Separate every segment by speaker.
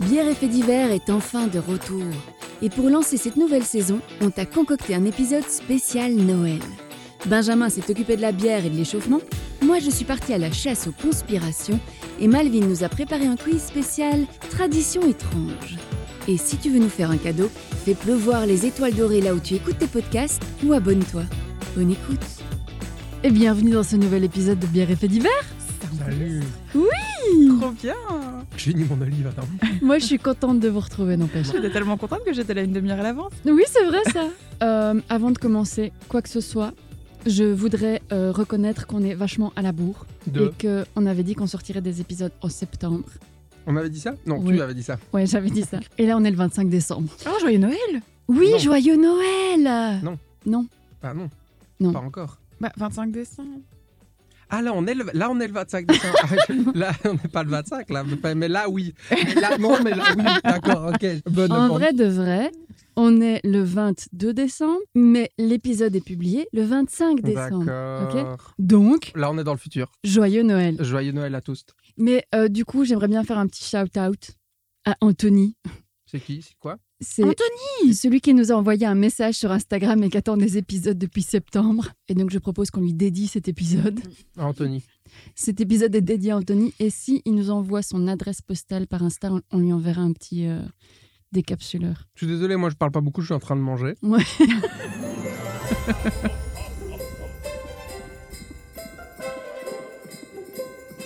Speaker 1: Bière et fait d'hiver est enfin de retour. Et pour lancer cette nouvelle saison, on t'a concocté un épisode spécial Noël. Benjamin s'est occupé de la bière et de l'échauffement, moi je suis partie à la chasse aux conspirations et Malvin nous a préparé un quiz spécial Tradition étrange. Et si tu veux nous faire un cadeau, fais pleuvoir les étoiles dorées là où tu écoutes tes podcasts ou abonne-toi. Bonne écoute.
Speaker 2: Et bienvenue dans ce nouvel épisode de Bière et Fait d'hiver.
Speaker 3: Salut
Speaker 4: Trop bien
Speaker 3: J'ai mis mon olive attends.
Speaker 2: Moi, je suis contente de vous retrouver, n'empêche.
Speaker 4: J'étais tellement contente que j'étais là une demi-heure à l'avance.
Speaker 2: Oui, c'est vrai ça. Euh, avant de commencer, quoi que ce soit, je voudrais euh, reconnaître qu'on est vachement à la bourre
Speaker 3: Deux.
Speaker 2: et qu'on avait dit qu'on sortirait des épisodes en septembre.
Speaker 3: On avait dit ça Non,
Speaker 2: Oui.
Speaker 3: tu avais dit ça.
Speaker 2: Ouais, j'avais dit ça. Et là, on est le 25 décembre.
Speaker 4: Oh, joyeux Noël
Speaker 2: Oui,
Speaker 3: Non.
Speaker 2: joyeux Noël
Speaker 3: Non.
Speaker 2: Non.
Speaker 3: Ah non.
Speaker 2: Non.
Speaker 3: Pas encore.
Speaker 4: Bah, 25 décembre.
Speaker 3: Ah là on est le, là on est le 25 décembre. Ah, je- là on n'est pas le 25 là, mais, mais là oui. Là non mais là oui. D'accord, ok. Bonne
Speaker 2: En
Speaker 3: bonne-
Speaker 2: vrai de vrai, on est le 22 décembre, mais l'épisode est publié le 25 décembre.
Speaker 3: D'accord.
Speaker 2: Donc,
Speaker 3: Là on est dans le futur.
Speaker 2: joyeux Noël.
Speaker 3: Joyeux Noël à tous.
Speaker 2: Mais euh, du coup, j'aimerais bien faire un petit shout-out à Anthony.
Speaker 3: C'est qui C'est quoi
Speaker 2: C'est celui qui nous a envoyé un message sur Instagram et qui attend des épisodes depuis septembre. Et donc, je propose qu'on lui dédie cet épisode.
Speaker 3: Ah, Anthony.
Speaker 2: Cet épisode est dédié à Anthony. Et si il nous envoie son adresse postale par Insta, on- on lui enverra un petit euh, décapsuleur.
Speaker 3: Je suis désolé, moi je parle pas beaucoup, je suis en train de manger.
Speaker 2: Ouais.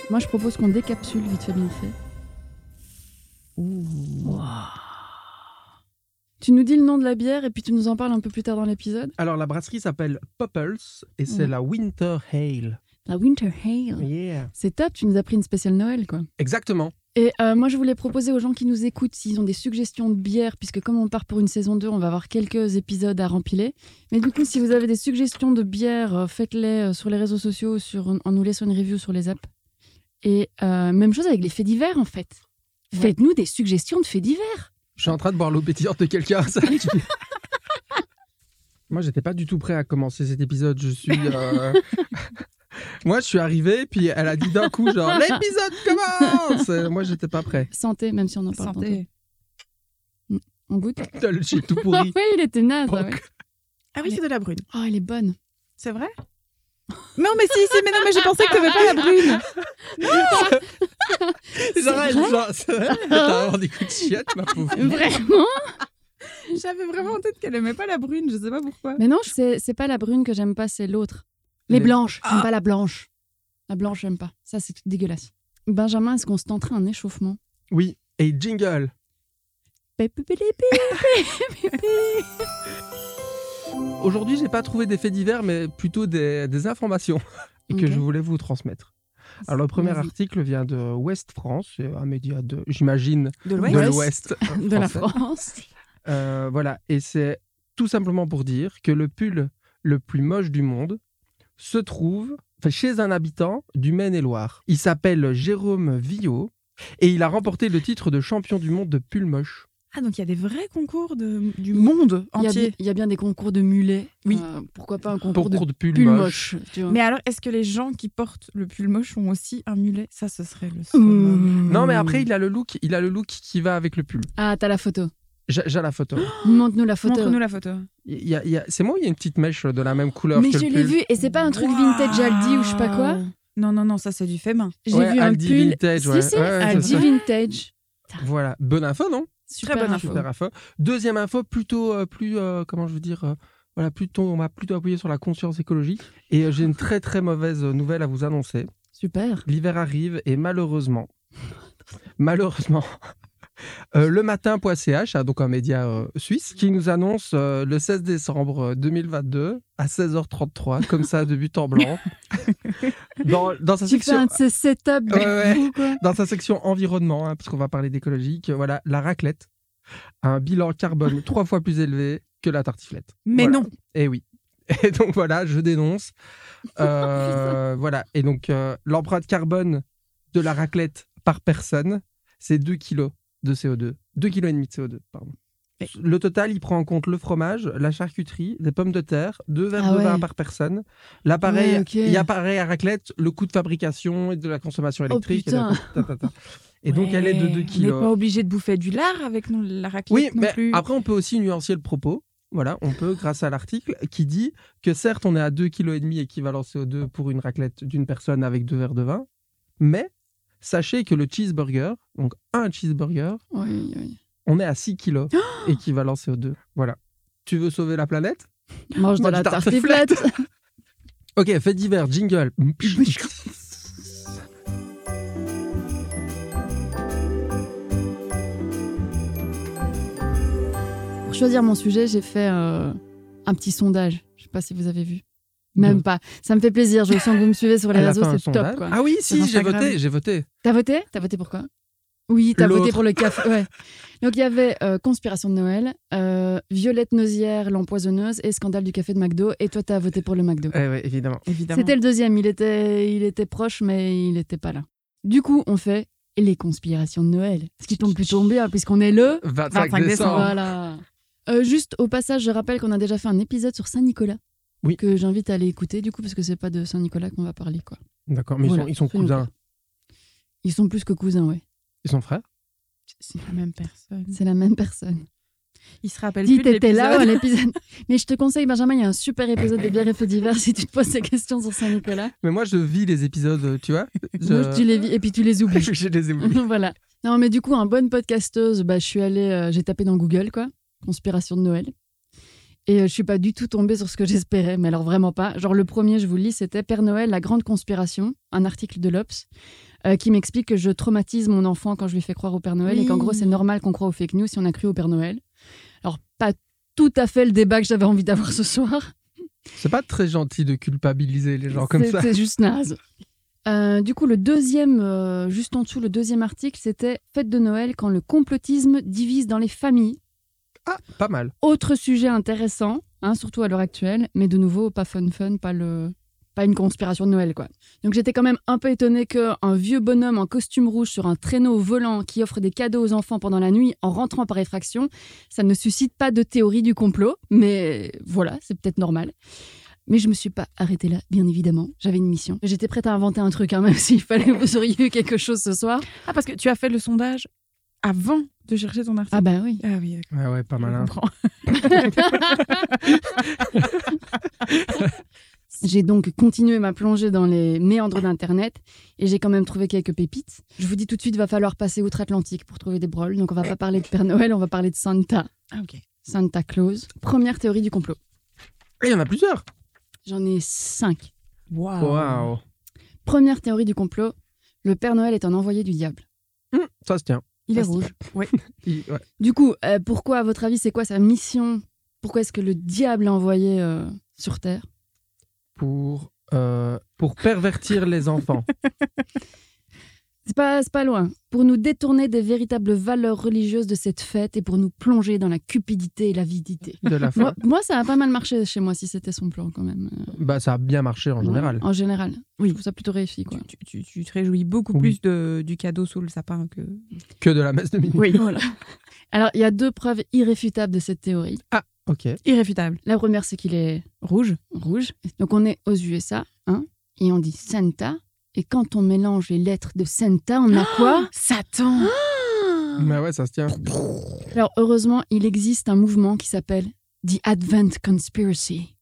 Speaker 2: Moi, je propose qu'on décapsule vite fait, bien fait. Ouah. Tu nous dis le nom de la bière et puis tu nous en parles un peu plus tard dans l'épisode.
Speaker 3: Alors la brasserie s'appelle Popples et c'est
Speaker 2: Mm.
Speaker 3: la Winter Hale.
Speaker 2: La Winter Hale.
Speaker 3: Yeah.
Speaker 2: C'est top, tu nous as pris une spéciale Noël, quoi.
Speaker 3: Exactement.
Speaker 2: Et euh, moi, je voulais proposer aux gens qui nous écoutent s'ils ont des suggestions de bières, puisque comme on part pour une saison 2, on va avoir quelques épisodes à rempiler. Mais du coup, si vous avez des suggestions de bières, euh, faites-les euh, sur les réseaux sociaux, sur, en nous laissant une review sur les apps. Et euh, même chose avec les faits divers, en fait.
Speaker 4: Ouais.
Speaker 2: Faites-nous des suggestions de faits divers.
Speaker 3: Je suis en train de boire l'eau pétillante de quelqu'un. ça. Moi, j'étais pas du tout prêt à commencer cet épisode. Je suis. euh, Moi, je suis arrivé, puis elle a dit d'un coup, genre, l'épisode commence Et Moi, j'étais pas prêt.
Speaker 2: Santé, même si on en parle tantôt.
Speaker 4: Santé.
Speaker 2: On goûte
Speaker 3: Putain, le- J'ai tout
Speaker 2: Ah
Speaker 3: pourri.
Speaker 2: oui, il était naze. ah ouais.
Speaker 4: Ah oui, c'est de la brune.
Speaker 2: Oh, elle est bonne.
Speaker 4: C'est vrai Non, mais si, si, mais non, mais j'ai pensé que t'avais pas la brune.
Speaker 3: Genre, elle-
Speaker 2: vrai
Speaker 3: genre, c'est vrai T'as vraiment des coups de chiottes, ma pauvre.
Speaker 2: Vraiment
Speaker 4: J'avais vraiment en tête qu'elle aimait pas la brune, je sais pas pourquoi.
Speaker 2: Mais non, c'est c'est pas la brune que j'aime pas, c'est l'autre. Les
Speaker 3: Les-
Speaker 2: blanches, j'aime
Speaker 4: Ah.
Speaker 2: pas la blanche. La blanche, j'aime pas. Ça, c'est dégueulasse. Benjamin, est-ce qu'on se tenterait un échauffement
Speaker 3: Oui, et jingle. Aujourd'hui, j'ai pas trouvé des faits divers, mais plutôt des, des informations que
Speaker 2: Ok.
Speaker 3: je voulais vous transmettre. Alors, le premier
Speaker 2: Vas-y.
Speaker 3: article vient de West France, c'est un média de, j'imagine,
Speaker 4: De
Speaker 3: de
Speaker 2: Ouest.
Speaker 3: l'Ouest.
Speaker 2: de la
Speaker 3: français.
Speaker 2: France.
Speaker 3: Euh, voilà, et c'est tout simplement pour dire que le pull le plus moche du monde se trouve enfin, chez un habitant du Maine-et-Loire. Il s'appelle Jérôme Villot et il a remporté le titre de champion du monde de pull moche.
Speaker 4: Ah, donc il y a des vrais concours de- du monde
Speaker 2: Il y, a bien,
Speaker 4: entier.
Speaker 2: il y a bien des concours de mulets.
Speaker 3: Oui.
Speaker 2: Euh, pourquoi pas un concours
Speaker 3: Pour
Speaker 2: de
Speaker 3: cours de pull,
Speaker 2: pull
Speaker 3: moche.
Speaker 2: moche, tu vois.
Speaker 4: Mais alors, est-ce que les gens qui portent le pull moche ont aussi un mulet Ça, ce serait le summum.
Speaker 2: Mmh.
Speaker 3: Non, mais après, il a le look, il a le look qui va avec le pull.
Speaker 2: Ah, t'as la photo.
Speaker 3: J'ai j'ai la photo.
Speaker 2: Montre-nous la photo.
Speaker 4: Montre-nous la photo.
Speaker 3: Il y a- il y a- C'est moi ou il y a une petite mèche de la même couleur
Speaker 2: mais
Speaker 3: que
Speaker 2: je
Speaker 3: le
Speaker 2: l'ai
Speaker 3: pull
Speaker 2: vu et c'est pas un truc vintage Aldi ou je sais pas quoi.
Speaker 4: Non, non, non, ça, c'est du fait main.
Speaker 2: J'ai
Speaker 3: Ouais,
Speaker 2: vu
Speaker 3: Aldi
Speaker 2: un pull.
Speaker 3: vintage,
Speaker 2: Si,
Speaker 3: ouais.
Speaker 2: si,
Speaker 3: Ouais, ouais, c'est
Speaker 2: Aldi
Speaker 3: ça.
Speaker 2: vintage.
Speaker 3: Voilà, bonne info, non
Speaker 2: Super
Speaker 4: bonne info.
Speaker 3: Super info. Deuxième info, plutôt, euh, plus, euh, comment je veux dire, euh, voilà, plutôt, on va plutôt appuyer sur la conscience écologique. Et euh, j'ai une très très mauvaise euh, nouvelle à vous annoncer.
Speaker 2: Super.
Speaker 3: L'hiver arrive et malheureusement, malheureusement, euh, le matin .ch, ah, donc un média euh, suisse, qui nous annonce euh, le 16 décembre euh, 2022 à 16h33, comme ça de but en blanc, dans, dans sa
Speaker 2: Tu fais
Speaker 3: section.
Speaker 2: un de ces setups de
Speaker 3: Ouais, ouais.
Speaker 2: fou, quoi.
Speaker 3: Dans sa section environnement, hein, parce qu'on va parler d'écologie, que voilà, la raclette a un bilan carbone trois fois plus élevé que la tartiflette.
Speaker 4: Mais
Speaker 3: Voilà.
Speaker 4: non
Speaker 3: Eh oui. Et donc voilà, je dénonce. Euh, voilà. Et donc euh, l'empreinte carbone de la raclette par personne, c'est 2 kilos de CO2. 2 kilos et demi de CO2, pardon.
Speaker 4: Mais-
Speaker 3: Le total, il prend en compte le fromage, la charcuterie, les pommes de terre, deux verres
Speaker 2: Ah
Speaker 3: de vin
Speaker 2: ouais.
Speaker 3: par personne. L'appareil,
Speaker 2: Ouais, ok.
Speaker 3: il y a appareil à raclette, le coût de fabrication et de la consommation électrique. et,
Speaker 2: Oh, putain.
Speaker 3: de- ta, ta, ta. Et donc, elle est de 2
Speaker 4: On n'est
Speaker 3: kilos.
Speaker 4: pas obligé de bouffer du lard avec nous, la raclette
Speaker 3: Oui,
Speaker 4: non
Speaker 3: mais ah,
Speaker 4: plus.
Speaker 3: après, on peut aussi nuancer le propos. Voilà, on peut, grâce à l'article, qui dit que certes, on est à 2,5 kg équivalent CO2 pour une raclette d'une personne avec deux verres de vin, mais sachez que le cheeseburger, donc un cheeseburger,
Speaker 2: Oui, oui.
Speaker 3: on est à 6 kg équivalent CO2. Voilà. Tu veux sauver la planète
Speaker 2: Mange de
Speaker 3: Mange
Speaker 2: la
Speaker 3: ta
Speaker 2: tartiflette.
Speaker 3: Ok, fait divers, jingle.
Speaker 2: Pour choisir mon sujet, j'ai fait euh, un petit sondage. Je sais pas si vous avez vu. Même
Speaker 3: Non.
Speaker 2: pas. Ça me fait plaisir. Je sens que vous me suivez sur les
Speaker 3: Elle a
Speaker 2: réseaux,
Speaker 3: fait un
Speaker 2: c'est
Speaker 3: sondage.
Speaker 2: top. quoi.
Speaker 3: Ah oui, si,
Speaker 4: Sur
Speaker 3: j'ai
Speaker 4: Instagram.
Speaker 3: voté, j'ai voté.
Speaker 2: T'as voté T'as voté pour quoi Oui, t'as
Speaker 3: L'autre.
Speaker 2: voté pour le café. Ouais. Donc il y avait euh, Conspiration de Noël, euh, Violette Nozière, l'empoisonneuse et Scandale du café de McDo. Et toi, t'as voté pour le McDo.
Speaker 3: Eh oui, évidemment.
Speaker 4: Évidemment.
Speaker 2: C'était le deuxième. Il était, il était proche, mais il n'était pas là. Du coup, on fait les conspirations de Noël. Ce qui tombe plutôt bien, puisqu'on est le.
Speaker 3: 25,
Speaker 4: 25
Speaker 3: décembre.
Speaker 4: décembre.
Speaker 2: Voilà. Euh, juste au passage, je rappelle qu'on a déjà fait un épisode sur Saint-Nicolas.
Speaker 3: Oui.
Speaker 2: Que j'invite à aller écouter, du coup, parce que c'est pas de Saint-Nicolas qu'on va parler, quoi.
Speaker 3: D'accord, mais ils
Speaker 2: Voilà,
Speaker 3: sont- ils sont
Speaker 2: absolument
Speaker 3: cousins.
Speaker 2: Ils sont plus que cousins, ouais.
Speaker 3: Ils sont frères
Speaker 4: C'est la même personne.
Speaker 2: C'est la même personne.
Speaker 4: Il se rappelle
Speaker 2: Dis,
Speaker 4: plus de
Speaker 2: t'étais là
Speaker 4: Mm.
Speaker 2: à
Speaker 4: l'épisode.
Speaker 2: l'épisode. Mais je te conseille, Benjamin, il y a un super épisode des bières et feux d'hiver si tu te poses des questions sur Saint-Nicolas.
Speaker 3: Mais moi, je vis les épisodes, euh, tu vois. Je-
Speaker 2: Moi, tu les vis et puis tu les oublies.
Speaker 3: je les ai oubliés.
Speaker 2: voilà. Non, mais du coup, un bonne podcasteuse, bah, je suis allée, euh, j'ai tapé dans Google, quoi, conspiration de Noël. Et euh, je suis pas du tout tombée sur ce que j'espérais, mais alors vraiment pas. Genre, le premier, je vous le lis, c'était Père Noël, la grande conspiration, un article de l'Obs, euh, qui m'explique que je traumatise mon enfant quand je lui fais croire au Père Noël et qu'en
Speaker 4: Oui.
Speaker 2: gros, c'est normal qu'on croit aux fake news si on a cru au Père Noël. Alors, pas tout à fait le débat que j'avais envie d'avoir ce soir.
Speaker 3: C'est pas très gentil de culpabiliser les gens comme
Speaker 2: C'est-
Speaker 3: ça.
Speaker 2: C'est juste naze. Euh, du coup, le deuxième, euh, juste en dessous, le deuxième article, c'était Fête de Noël quand le complotisme divise dans les familles.
Speaker 3: Ah, pas mal.
Speaker 2: Autre sujet intéressant, hein, surtout à l'heure actuelle, mais de nouveau, pas fun fun, pas, le... pas une conspiration de Noël. quoi. Donc j'étais quand même un peu étonnée qu'un vieux bonhomme en costume rouge sur un traîneau volant qui offre des cadeaux aux enfants pendant la nuit en rentrant par effraction, ça ne suscite pas de théorie du complot, mais voilà, c'est peut-être normal. Mais je me suis pas arrêtée là, bien évidemment. J'avais une mission. J'étais prête à inventer un truc, hein, même s'il fallait que vous auriez eu quelque chose ce soir.
Speaker 4: Ah, parce que tu as fait le sondage avant de chercher ton article.
Speaker 2: Ah bah oui.
Speaker 4: Ah oui, d'accord.
Speaker 3: Ouais, ouais, pas
Speaker 4: Je
Speaker 3: malin.
Speaker 4: comprends.
Speaker 2: J'ai donc continué ma plongée dans les méandres d'Internet et j'ai quand même trouvé quelques pépites. Je vous dis tout de suite, va falloir passer outre-Atlantique pour trouver des brolles. Donc on va pas parler de Père Noël, on va parler de Santa.
Speaker 4: Ah, ok.
Speaker 2: Santa Claus. Première théorie du complot.
Speaker 3: Et il y en a plusieurs.
Speaker 2: J'en ai cinq.
Speaker 4: Waouh.
Speaker 3: Waouh.
Speaker 2: Première théorie du complot, le Père Noël est un envoyé du diable.
Speaker 3: Hum, ça se tient.
Speaker 2: Il est
Speaker 4: Ça, c'est-
Speaker 2: rouge.
Speaker 3: Il- ouais.
Speaker 2: Du coup, euh, pourquoi, à votre avis, c'est quoi sa mission Pourquoi est-ce que le diable est envoyé euh, sur Terre
Speaker 3: Pour, euh, pour pervertir les enfants.
Speaker 2: C'est pas, c'est pas loin. Pour nous détourner des véritables valeurs religieuses de cette fête et pour nous plonger dans la cupidité et l'avidité.
Speaker 3: De la
Speaker 2: Moi,
Speaker 3: fin.
Speaker 2: moi, ça a pas mal marché chez moi, si c'était son plan, quand même. Euh,
Speaker 3: Bah, ça a bien marché en général.
Speaker 2: En général. Oui. Je trouve ça plutôt réussi, quoi.
Speaker 4: Tu, tu- tu te réjouis beaucoup
Speaker 3: Oui.
Speaker 4: plus de, du cadeau sous le sapin que.
Speaker 3: Que de la messe de minuit.
Speaker 2: Voilà. Alors, il y a deux preuves irréfutables de cette théorie.
Speaker 3: Ok.
Speaker 4: Irréfutable.
Speaker 2: La première, c'est qu'il est
Speaker 4: Rouge.
Speaker 2: rouge. Donc, on est aux USA, hein, et on dit Santa. Et quand on mélange les lettres de Santa, on a quoi
Speaker 4: Satan.
Speaker 3: Mais Bah ouais, ça se tient.
Speaker 2: Alors heureusement, il existe un mouvement qui s'appelle The Advent Conspiracy.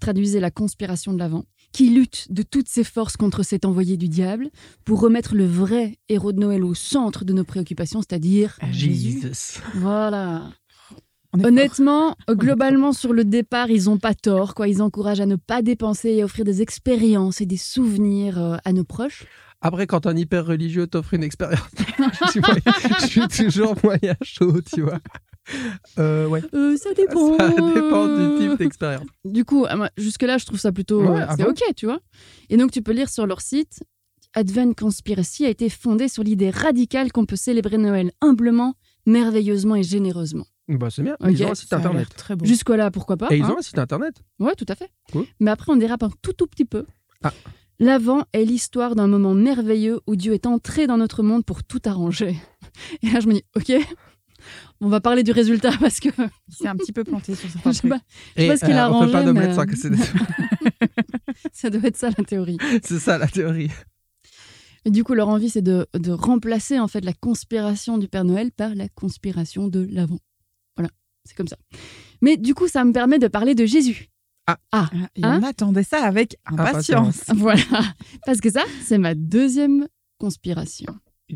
Speaker 2: Traduisez la conspiration de l'avant, qui lutte de toutes ses forces contre cet envoyé du diable pour remettre le vrai héros de Noël au centre de nos préoccupations, c'est-à-dire
Speaker 3: Jesus.
Speaker 2: voilà.
Speaker 4: On est
Speaker 2: Honnêtement, globalement sur le départ, ils ont pas tort quoi. Ils encouragent à ne pas dépenser et à offrir des expériences et des souvenirs euh, à nos proches.
Speaker 3: Après, quand un hyper religieux t'offre une expérience, je, suis moyen- je suis toujours moyen chaud, tu vois. Euh, ouais.
Speaker 2: Euh, ça dépend.
Speaker 3: Ça dépend du type d'expérience.
Speaker 2: Du coup, à moi- jusque-là, je trouve ça plutôt
Speaker 3: Ouais,
Speaker 2: euh,
Speaker 3: ah
Speaker 2: c'est
Speaker 3: bon
Speaker 2: OK, tu vois. Et donc, tu peux lire sur leur site Advent Conspiracy a été fondé sur l'idée radicale qu'on peut célébrer Noël humblement, merveilleusement et généreusement.
Speaker 3: Bah, c'est bien.
Speaker 2: Ok,
Speaker 3: Ils ont un site
Speaker 4: Ça a l'air
Speaker 3: internet.
Speaker 4: Très beau.
Speaker 2: Jusque-là, pourquoi pas
Speaker 3: Et ils
Speaker 2: hein
Speaker 3: ont un site internet.
Speaker 2: Ouais, tout à fait.
Speaker 3: Cool.
Speaker 2: Mais après, on dérape un tout, tout petit peu.
Speaker 3: Ah.
Speaker 2: L'avant est l'histoire d'un moment merveilleux où Dieu est entré dans notre monde pour tout arranger. Et là, je me dis, OK, on va parler du résultat parce que
Speaker 4: Il s'est un petit peu planté sur
Speaker 2: je
Speaker 4: certains
Speaker 2: sais
Speaker 4: trucs.
Speaker 2: pas, Je sais pas ce qu'il a
Speaker 3: euh, on fait pas
Speaker 2: rangé,
Speaker 3: d'omelette
Speaker 2: mais-
Speaker 3: sans casser des œufs.
Speaker 2: ça doit être ça la théorie.
Speaker 3: C'est ça la théorie.
Speaker 2: Et du coup, leur envie, c'est de, de remplacer en fait la conspiration du Père Noël par la conspiration de l'Avent. Voilà, c'est comme ça. Mais du coup, ça me permet de parler de Jésus.
Speaker 4: Ah, Et
Speaker 2: Hein
Speaker 4: on attendait ça avec impatience.
Speaker 2: Voilà, parce que ça, c'est ma deuxième conspiration.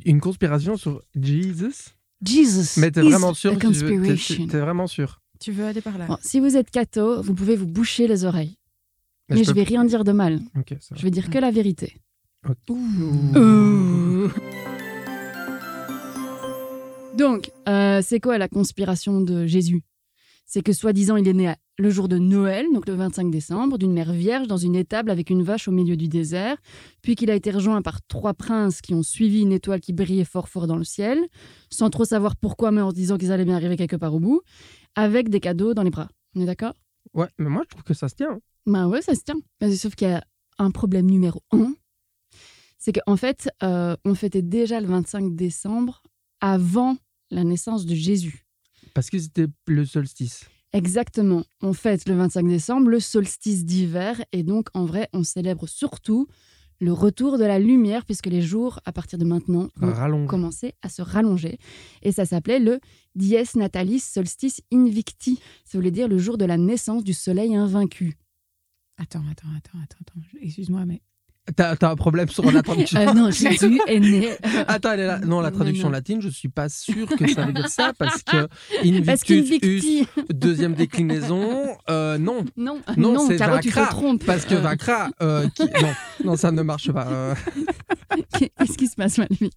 Speaker 3: Une conspiration sur Jesus
Speaker 1: Jesus
Speaker 3: Mais t'es
Speaker 1: is
Speaker 3: vraiment sûr
Speaker 1: a
Speaker 3: que tu veux- t'es-
Speaker 1: conspiration.
Speaker 3: T'es t'es vraiment sûr
Speaker 4: Tu veux aller par là
Speaker 2: Bon, si vous êtes catho, vous pouvez vous boucher les oreilles.
Speaker 3: Mais
Speaker 2: Mais
Speaker 3: je
Speaker 2: je
Speaker 3: peux-
Speaker 2: vais rien dire de mal.
Speaker 3: Ok, ça va.
Speaker 2: Je vais dire que la vérité. Donc, euh, c'est quoi la conspiration de Jésus C'est que soi-disant, il est né à- le jour de Noël, donc le 25 décembre, d'une mère vierge dans une étable avec une vache au milieu du désert, puis qu'il a été rejoint par trois princes qui ont suivi une étoile qui brillait fort fort dans le ciel, sans trop savoir pourquoi, mais en se disant qu'ils allaient bien arriver quelque part au bout, avec des cadeaux dans les bras. On est d'accord
Speaker 3: Ouais, mais moi je trouve que ça se tient. hein.
Speaker 2: Ben ouais, ça se tient. Mais Sauf qu'il y a un problème numéro un. C'est qu'en fait, euh, on fêtait déjà le 25 décembre avant la naissance de Jésus.
Speaker 3: Parce que c'était le solstice.
Speaker 2: Exactement. On fête le 25 décembre le solstice d'hiver. Et donc, en vrai, on célèbre surtout le retour de la lumière, puisque les jours, à partir de maintenant, vont
Speaker 3: Rallonge.
Speaker 2: commencer à se rallonger. Et ça s'appelait le Dies Natalis Solstice Invicti. Ça voulait dire le jour de la naissance du soleil invaincu.
Speaker 4: Attends, attends, attends, attends, attends. Excuse-moi, mais
Speaker 3: T'as t'as un problème sur la traduction
Speaker 2: Euh, non, Jésus est né.
Speaker 3: Attends, elle est là. Non, la
Speaker 2: Non,
Speaker 3: traduction
Speaker 2: non.
Speaker 3: latine, je suis pas sûr que ça veut dire ça parce que
Speaker 2: Parce
Speaker 3: invictus,
Speaker 2: qu'il
Speaker 3: us,
Speaker 2: victime.
Speaker 3: deuxième déclinaison, euh, non.
Speaker 2: Non,
Speaker 3: Non,
Speaker 2: non,
Speaker 3: c'est
Speaker 2: Caro, tu te
Speaker 3: Vaincra,
Speaker 2: trompes.
Speaker 3: Parce que
Speaker 2: Euh,
Speaker 3: vaincra, euh, qui- non, non, ça ne marche pas. euh.
Speaker 2: Qu'est-ce qui se passe, Malvi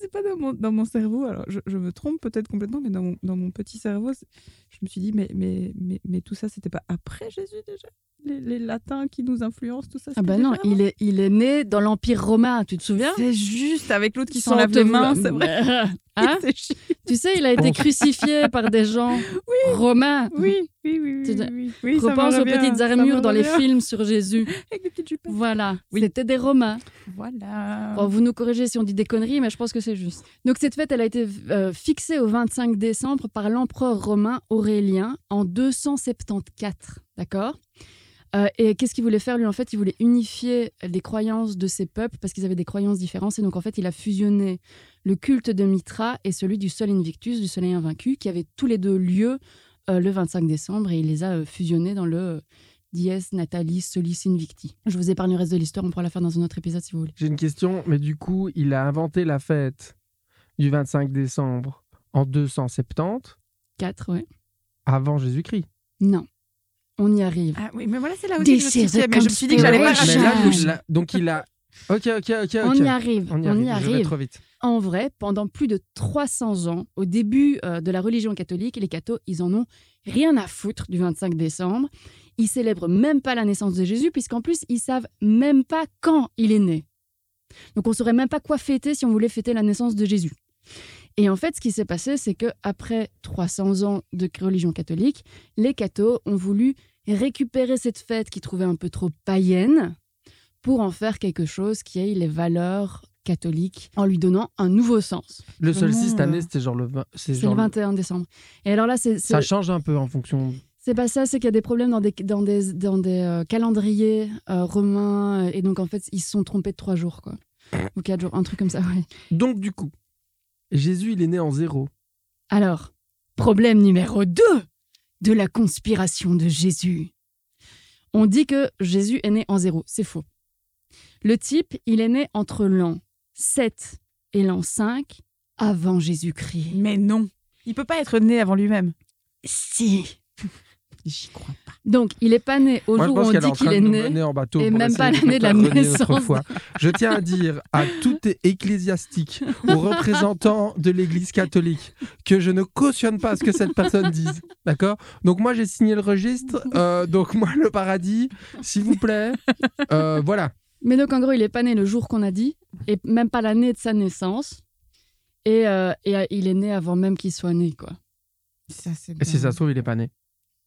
Speaker 4: c'est pas dans mon, dans mon cerveau. Alors, je, je me trompe peut-être complètement, mais dans mon, dans mon petit cerveau, c'est- je me suis dit, mais, mais, mais, mais tout ça, c'était pas après Jésus déjà les, les latins qui nous influencent, tout ça.
Speaker 2: Ah
Speaker 4: c'était
Speaker 2: bah non,
Speaker 4: déjà avant
Speaker 2: il est, il est né dans l'Empire romain, tu te souviens
Speaker 4: C'est juste avec l'autre qui
Speaker 2: Sans
Speaker 4: s'enlève
Speaker 2: te
Speaker 4: les
Speaker 2: vouloir-
Speaker 4: mains, c'est vrai.
Speaker 2: Hein
Speaker 4: C'est chiant.
Speaker 2: tu sais, il a été
Speaker 3: Bon.
Speaker 2: crucifié par des gens romains.
Speaker 4: Oui, oui, oui,
Speaker 2: Ah. Tu
Speaker 4: oui,
Speaker 2: te-
Speaker 4: oui, oui, oui, ça me
Speaker 2: Repense aux
Speaker 4: revient,
Speaker 2: petites
Speaker 4: ça me
Speaker 2: armures dans les
Speaker 4: revient.
Speaker 2: films sur Jésus.
Speaker 4: Avec des petites jupes.
Speaker 2: Voilà,
Speaker 4: Oui.
Speaker 2: c'était des Romains.
Speaker 4: Voilà.
Speaker 2: Bon, vous nous corrigez si on dit des conneries, mais je pense que c'est juste. Donc cette fête, elle a été euh, fixée au 25 décembre par l'empereur romain Aurélien en 274, d'accord Euh, Et qu'est-ce qu'il voulait faire lui En fait, il voulait unifier les croyances de ses peuples parce qu'ils avaient des croyances différentes. Et donc en fait, il a fusionné le culte de Mitra et celui du Sol Invictus, du Soleil Invaincu, qui avaient tous les deux lieu euh, le 25 décembre et il les a euh, fusionnés dans le euh, Dies Natalis Solis Invicti. Je vous épargne le reste de l'histoire, on pourra la faire dans un autre épisode si vous voulez.
Speaker 3: J'ai une question, mais du coup, il a inventé la fête du 25 décembre en 270
Speaker 2: 4, ouais.
Speaker 3: avant Jésus-Christ.
Speaker 2: Non. On y arrive.
Speaker 4: Ah oui, mais voilà, c'est là
Speaker 1: This
Speaker 4: aussi que je me
Speaker 1: is a
Speaker 4: suis dit, mais je me suis dit que
Speaker 3: Mais
Speaker 4: j'allais
Speaker 3: ouais,
Speaker 4: pas
Speaker 1: conspiration.
Speaker 3: mais
Speaker 4: racheter.
Speaker 3: là,
Speaker 1: racheter.
Speaker 3: je l'ai- donc il a. Ok, ok, ok, ok.
Speaker 2: On y arrive. On y arrive.
Speaker 3: Je vais trop vite.
Speaker 2: En vrai, pendant plus de 300 ans, au début euh, de la religion catholique, les cathos, ils en ont rien à foutre du 25 décembre. Ils célèbrent même pas la naissance de Jésus, puisqu'en plus, ils savent même pas quand il est né. Donc, on saurait même pas quoi fêter si on voulait fêter la naissance de Jésus. Et en fait, ce qui s'est passé, c'est que après 300 ans de religion catholique, les cathos ont voulu récupérer cette fête qu'ils trouvaient un peu trop païenne pour en faire quelque chose qui ait les valeurs catholiques en lui donnant un nouveau sens.
Speaker 3: Le
Speaker 4: Vraiment,
Speaker 3: solstice cette année,
Speaker 4: euh,
Speaker 3: c'était genre le 20. C'est
Speaker 2: C'est
Speaker 3: genre
Speaker 2: le
Speaker 3: le-
Speaker 2: 21 décembre. Et alors là, c'est c'est-
Speaker 3: Ça change un peu en fonction.
Speaker 2: c'est pas ça, c'est qu'il y a des problèmes dans des, dans des, dans des euh, calendriers euh, romains. Et donc, en fait, ils se sont trompés de trois jours, quoi.
Speaker 3: Hein
Speaker 2: Ou quatre jours, un truc comme ça, ouais.
Speaker 3: Donc, du coup, Jésus, il est né en zéro.
Speaker 2: Alors, problème numéro 2 de la conspiration de Jésus. On dit que Jésus est né en zéro, c'est faux. Le type, il est né entre l'an 7 et l'an 5 avant Jésus-Christ.
Speaker 4: Mais non. Il peut pas être né avant lui-même.
Speaker 2: Si.
Speaker 4: J'y crois pas.
Speaker 2: Donc, il est pas né au
Speaker 3: Moi, je
Speaker 2: jour où
Speaker 3: pense
Speaker 2: on
Speaker 3: qu'elle est
Speaker 2: dit
Speaker 3: en train
Speaker 2: qu'il
Speaker 3: de
Speaker 2: est
Speaker 3: nous
Speaker 2: né.
Speaker 3: mener en bateau
Speaker 2: et
Speaker 3: pour
Speaker 2: même
Speaker 3: essayer
Speaker 2: pas
Speaker 3: de
Speaker 2: l'année de la
Speaker 3: nous faire renier
Speaker 2: naissance.
Speaker 3: notre foi. Je tiens à dire à tout é- ecclésiastique, aux représentants de l'Église catholique, que je ne cautionne pas ce que cette personne dise. D'accord Donc moi, j'ai signé le registre. euh, donc moi, le paradis, s'il vous plaît. Euh, voilà.
Speaker 2: Mais donc, en gros, il est pas né le jour qu'on a dit, et même pas l'année de sa naissance. Et, euh, et, euh, il est né avant même qu'il soit né, quoi.
Speaker 4: Ça, c'est
Speaker 3: Et si ça se trouve, il est pas né.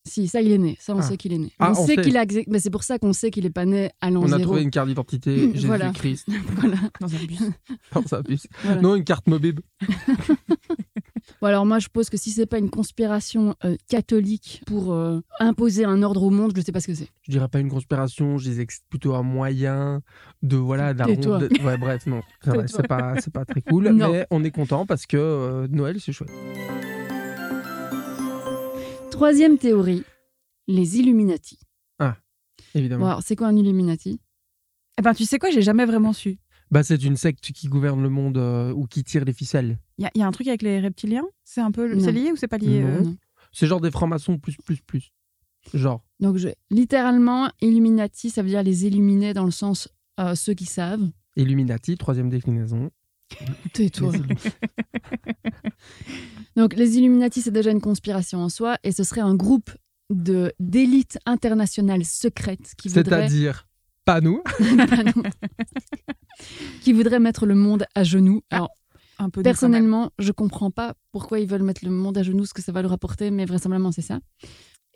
Speaker 2: Si, ça, il est né. Ça, on
Speaker 3: Ah.
Speaker 2: sait qu'il est né. on,
Speaker 3: Ah, on
Speaker 2: sait
Speaker 3: sait.
Speaker 2: qu'il a. exa- Mais c'est pour ça qu'on sait qu'il est pas né à l'an
Speaker 3: On a
Speaker 2: zéro.
Speaker 3: trouvé une carte d'identité
Speaker 2: Mm, voilà.
Speaker 3: Jésus-Christ.
Speaker 2: Voilà.
Speaker 4: dans un bus.
Speaker 3: dans sa puce.
Speaker 2: Voilà.
Speaker 3: Non, une carte mobile.
Speaker 2: Bon, alors moi, je pense que si c'est pas une conspiration euh, catholique pour euh, imposer un ordre au monde, je sais pas ce que c'est.
Speaker 3: Je dirais pas une conspiration, je disais que c'est plutôt un moyen de voilà
Speaker 2: Tais-toi.
Speaker 3: d'arrondir. Ouais, bref, non, c'est vrai, c'est pas c'est pas très cool,
Speaker 2: Non.
Speaker 3: mais on est content parce que euh, Noël c'est chouette.
Speaker 2: Troisième théorie, les Illuminati. Bon,
Speaker 3: Évidemment.
Speaker 2: alors, c'est quoi un Illuminati
Speaker 4: Eh ben, tu sais quoi, j'ai jamais vraiment su.
Speaker 3: Bah c'est une secte qui gouverne le monde euh, ou qui tire les ficelles.
Speaker 4: Il y, a- il y a un truc avec les reptiliens C'est un peu. le-
Speaker 2: Non.
Speaker 4: C'est lié ou c'est pas lié
Speaker 3: Non.
Speaker 4: euh,
Speaker 2: Non.
Speaker 3: C'est genre des francs-maçons plus plus plus. Genre
Speaker 2: Donc, je- littéralement, Illuminati, ça veut dire les illuminés dans le sens euh, ceux qui savent.
Speaker 3: Illuminati, troisième déclinaison.
Speaker 2: Tais-toi. Donc, les Illuminati, c'est déjà une conspiration en soi, et ce serait un groupe de d'élite internationale secrète qui voudrait,
Speaker 3: C'est-à-dire pas nous.
Speaker 2: Pardon. qui voudrait mettre le monde à genoux. Alors,
Speaker 4: Un peu. personnellement
Speaker 2: personnellement, je comprends pas pourquoi ils veulent mettre le monde à genoux, ce que ça va leur apporter, mais vraisemblablement, c'est ça.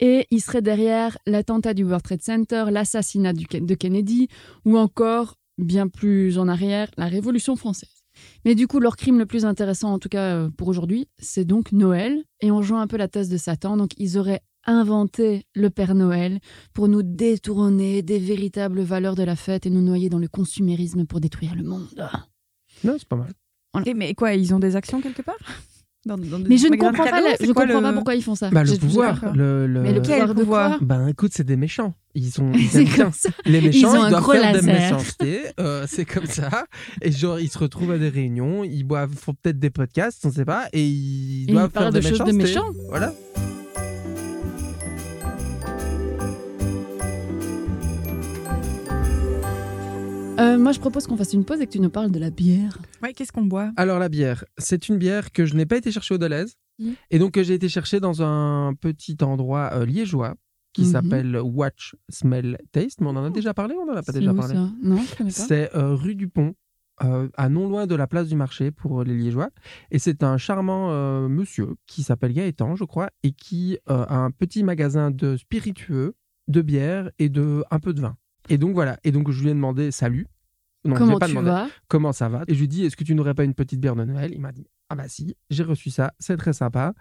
Speaker 2: Et ils seraient derrière l'attentat du World Trade Center, l'assassinat du- de Kennedy, ou encore, bien plus en arrière, la Révolution française. Mais du coup, leur crime le plus intéressant, en tout cas euh, pour aujourd'hui, c'est donc Noël. Et on joue un peu la thèse de Satan. Donc, ils auraient inventé le Père Noël pour nous détourner des véritables valeurs de la fête et nous noyer dans le consumérisme pour détruire le monde.
Speaker 3: Non, c'est pas mal.
Speaker 4: Mais quoi, ils ont des actions quelque part Dans- dans des
Speaker 2: Mais je ne
Speaker 4: magasins de
Speaker 2: comprends pas,
Speaker 4: cadeaux,
Speaker 2: la-
Speaker 4: c'est
Speaker 2: je
Speaker 4: quoi
Speaker 2: comprends
Speaker 4: le-
Speaker 2: pas pourquoi ils font ça.
Speaker 3: Bah, le
Speaker 2: Je- je-
Speaker 3: pouvoir, Euh,
Speaker 4: d'accord.
Speaker 3: le, le-
Speaker 2: Mais le
Speaker 4: Quel
Speaker 2: pouvoir de
Speaker 4: pouvoir
Speaker 2: quoi
Speaker 3: Ben écoute, c'est des méchants. Ils sont ils
Speaker 2: C'est
Speaker 3: aiment bien.
Speaker 2: comme ça.
Speaker 3: Les méchants,
Speaker 2: Ils ont
Speaker 3: ils,
Speaker 2: un
Speaker 3: doivent
Speaker 2: gros
Speaker 3: faire des
Speaker 2: laser.
Speaker 3: méchancetés. euh, c'est comme ça. Et genre, ils se retrouvent à des réunions, ils boivent, font peut-être des podcasts, on sait pas, et ils
Speaker 2: Ils
Speaker 3: doivent faire
Speaker 2: parlent de
Speaker 3: des
Speaker 2: choses de
Speaker 3: méchancetés.
Speaker 2: méchants.
Speaker 3: Voilà.
Speaker 2: Euh, moi, je propose qu'on fasse une pause et que tu nous parles de la bière.
Speaker 4: Ouais, qu'est-ce qu'on boit
Speaker 3: Alors la bière, c'est une bière que je n'ai pas été chercher au Deleuze,
Speaker 2: Mhm.
Speaker 3: et donc que j'ai été chercher dans un petit endroit euh, liégeois qui
Speaker 2: Mhm.
Speaker 3: s'appelle Watch Smell Taste. Mais on en a déjà parlé, ou on en a pas
Speaker 2: C'est
Speaker 3: déjà
Speaker 2: où,
Speaker 3: parlé.
Speaker 2: Oh. ça Non, je connais pas.
Speaker 3: C'est euh, rue du Pont, euh, à non loin de la place du marché pour euh, les Liégeois. Et c'est un charmant euh, monsieur qui s'appelle Gaëtan, je crois, et qui euh, a un petit magasin de spiritueux, de bière et de un peu de vin. Et donc voilà. Et donc je lui ai demandé salut. Non, je lui ai
Speaker 2: Comment
Speaker 3: pas
Speaker 2: tu
Speaker 3: demandé
Speaker 2: vas
Speaker 3: comment ça va. Et je lui dis est-ce que tu n'aurais pas une petite bière de Noël Il m'a dit ah bah si, j'ai reçu ça, c'est très sympa.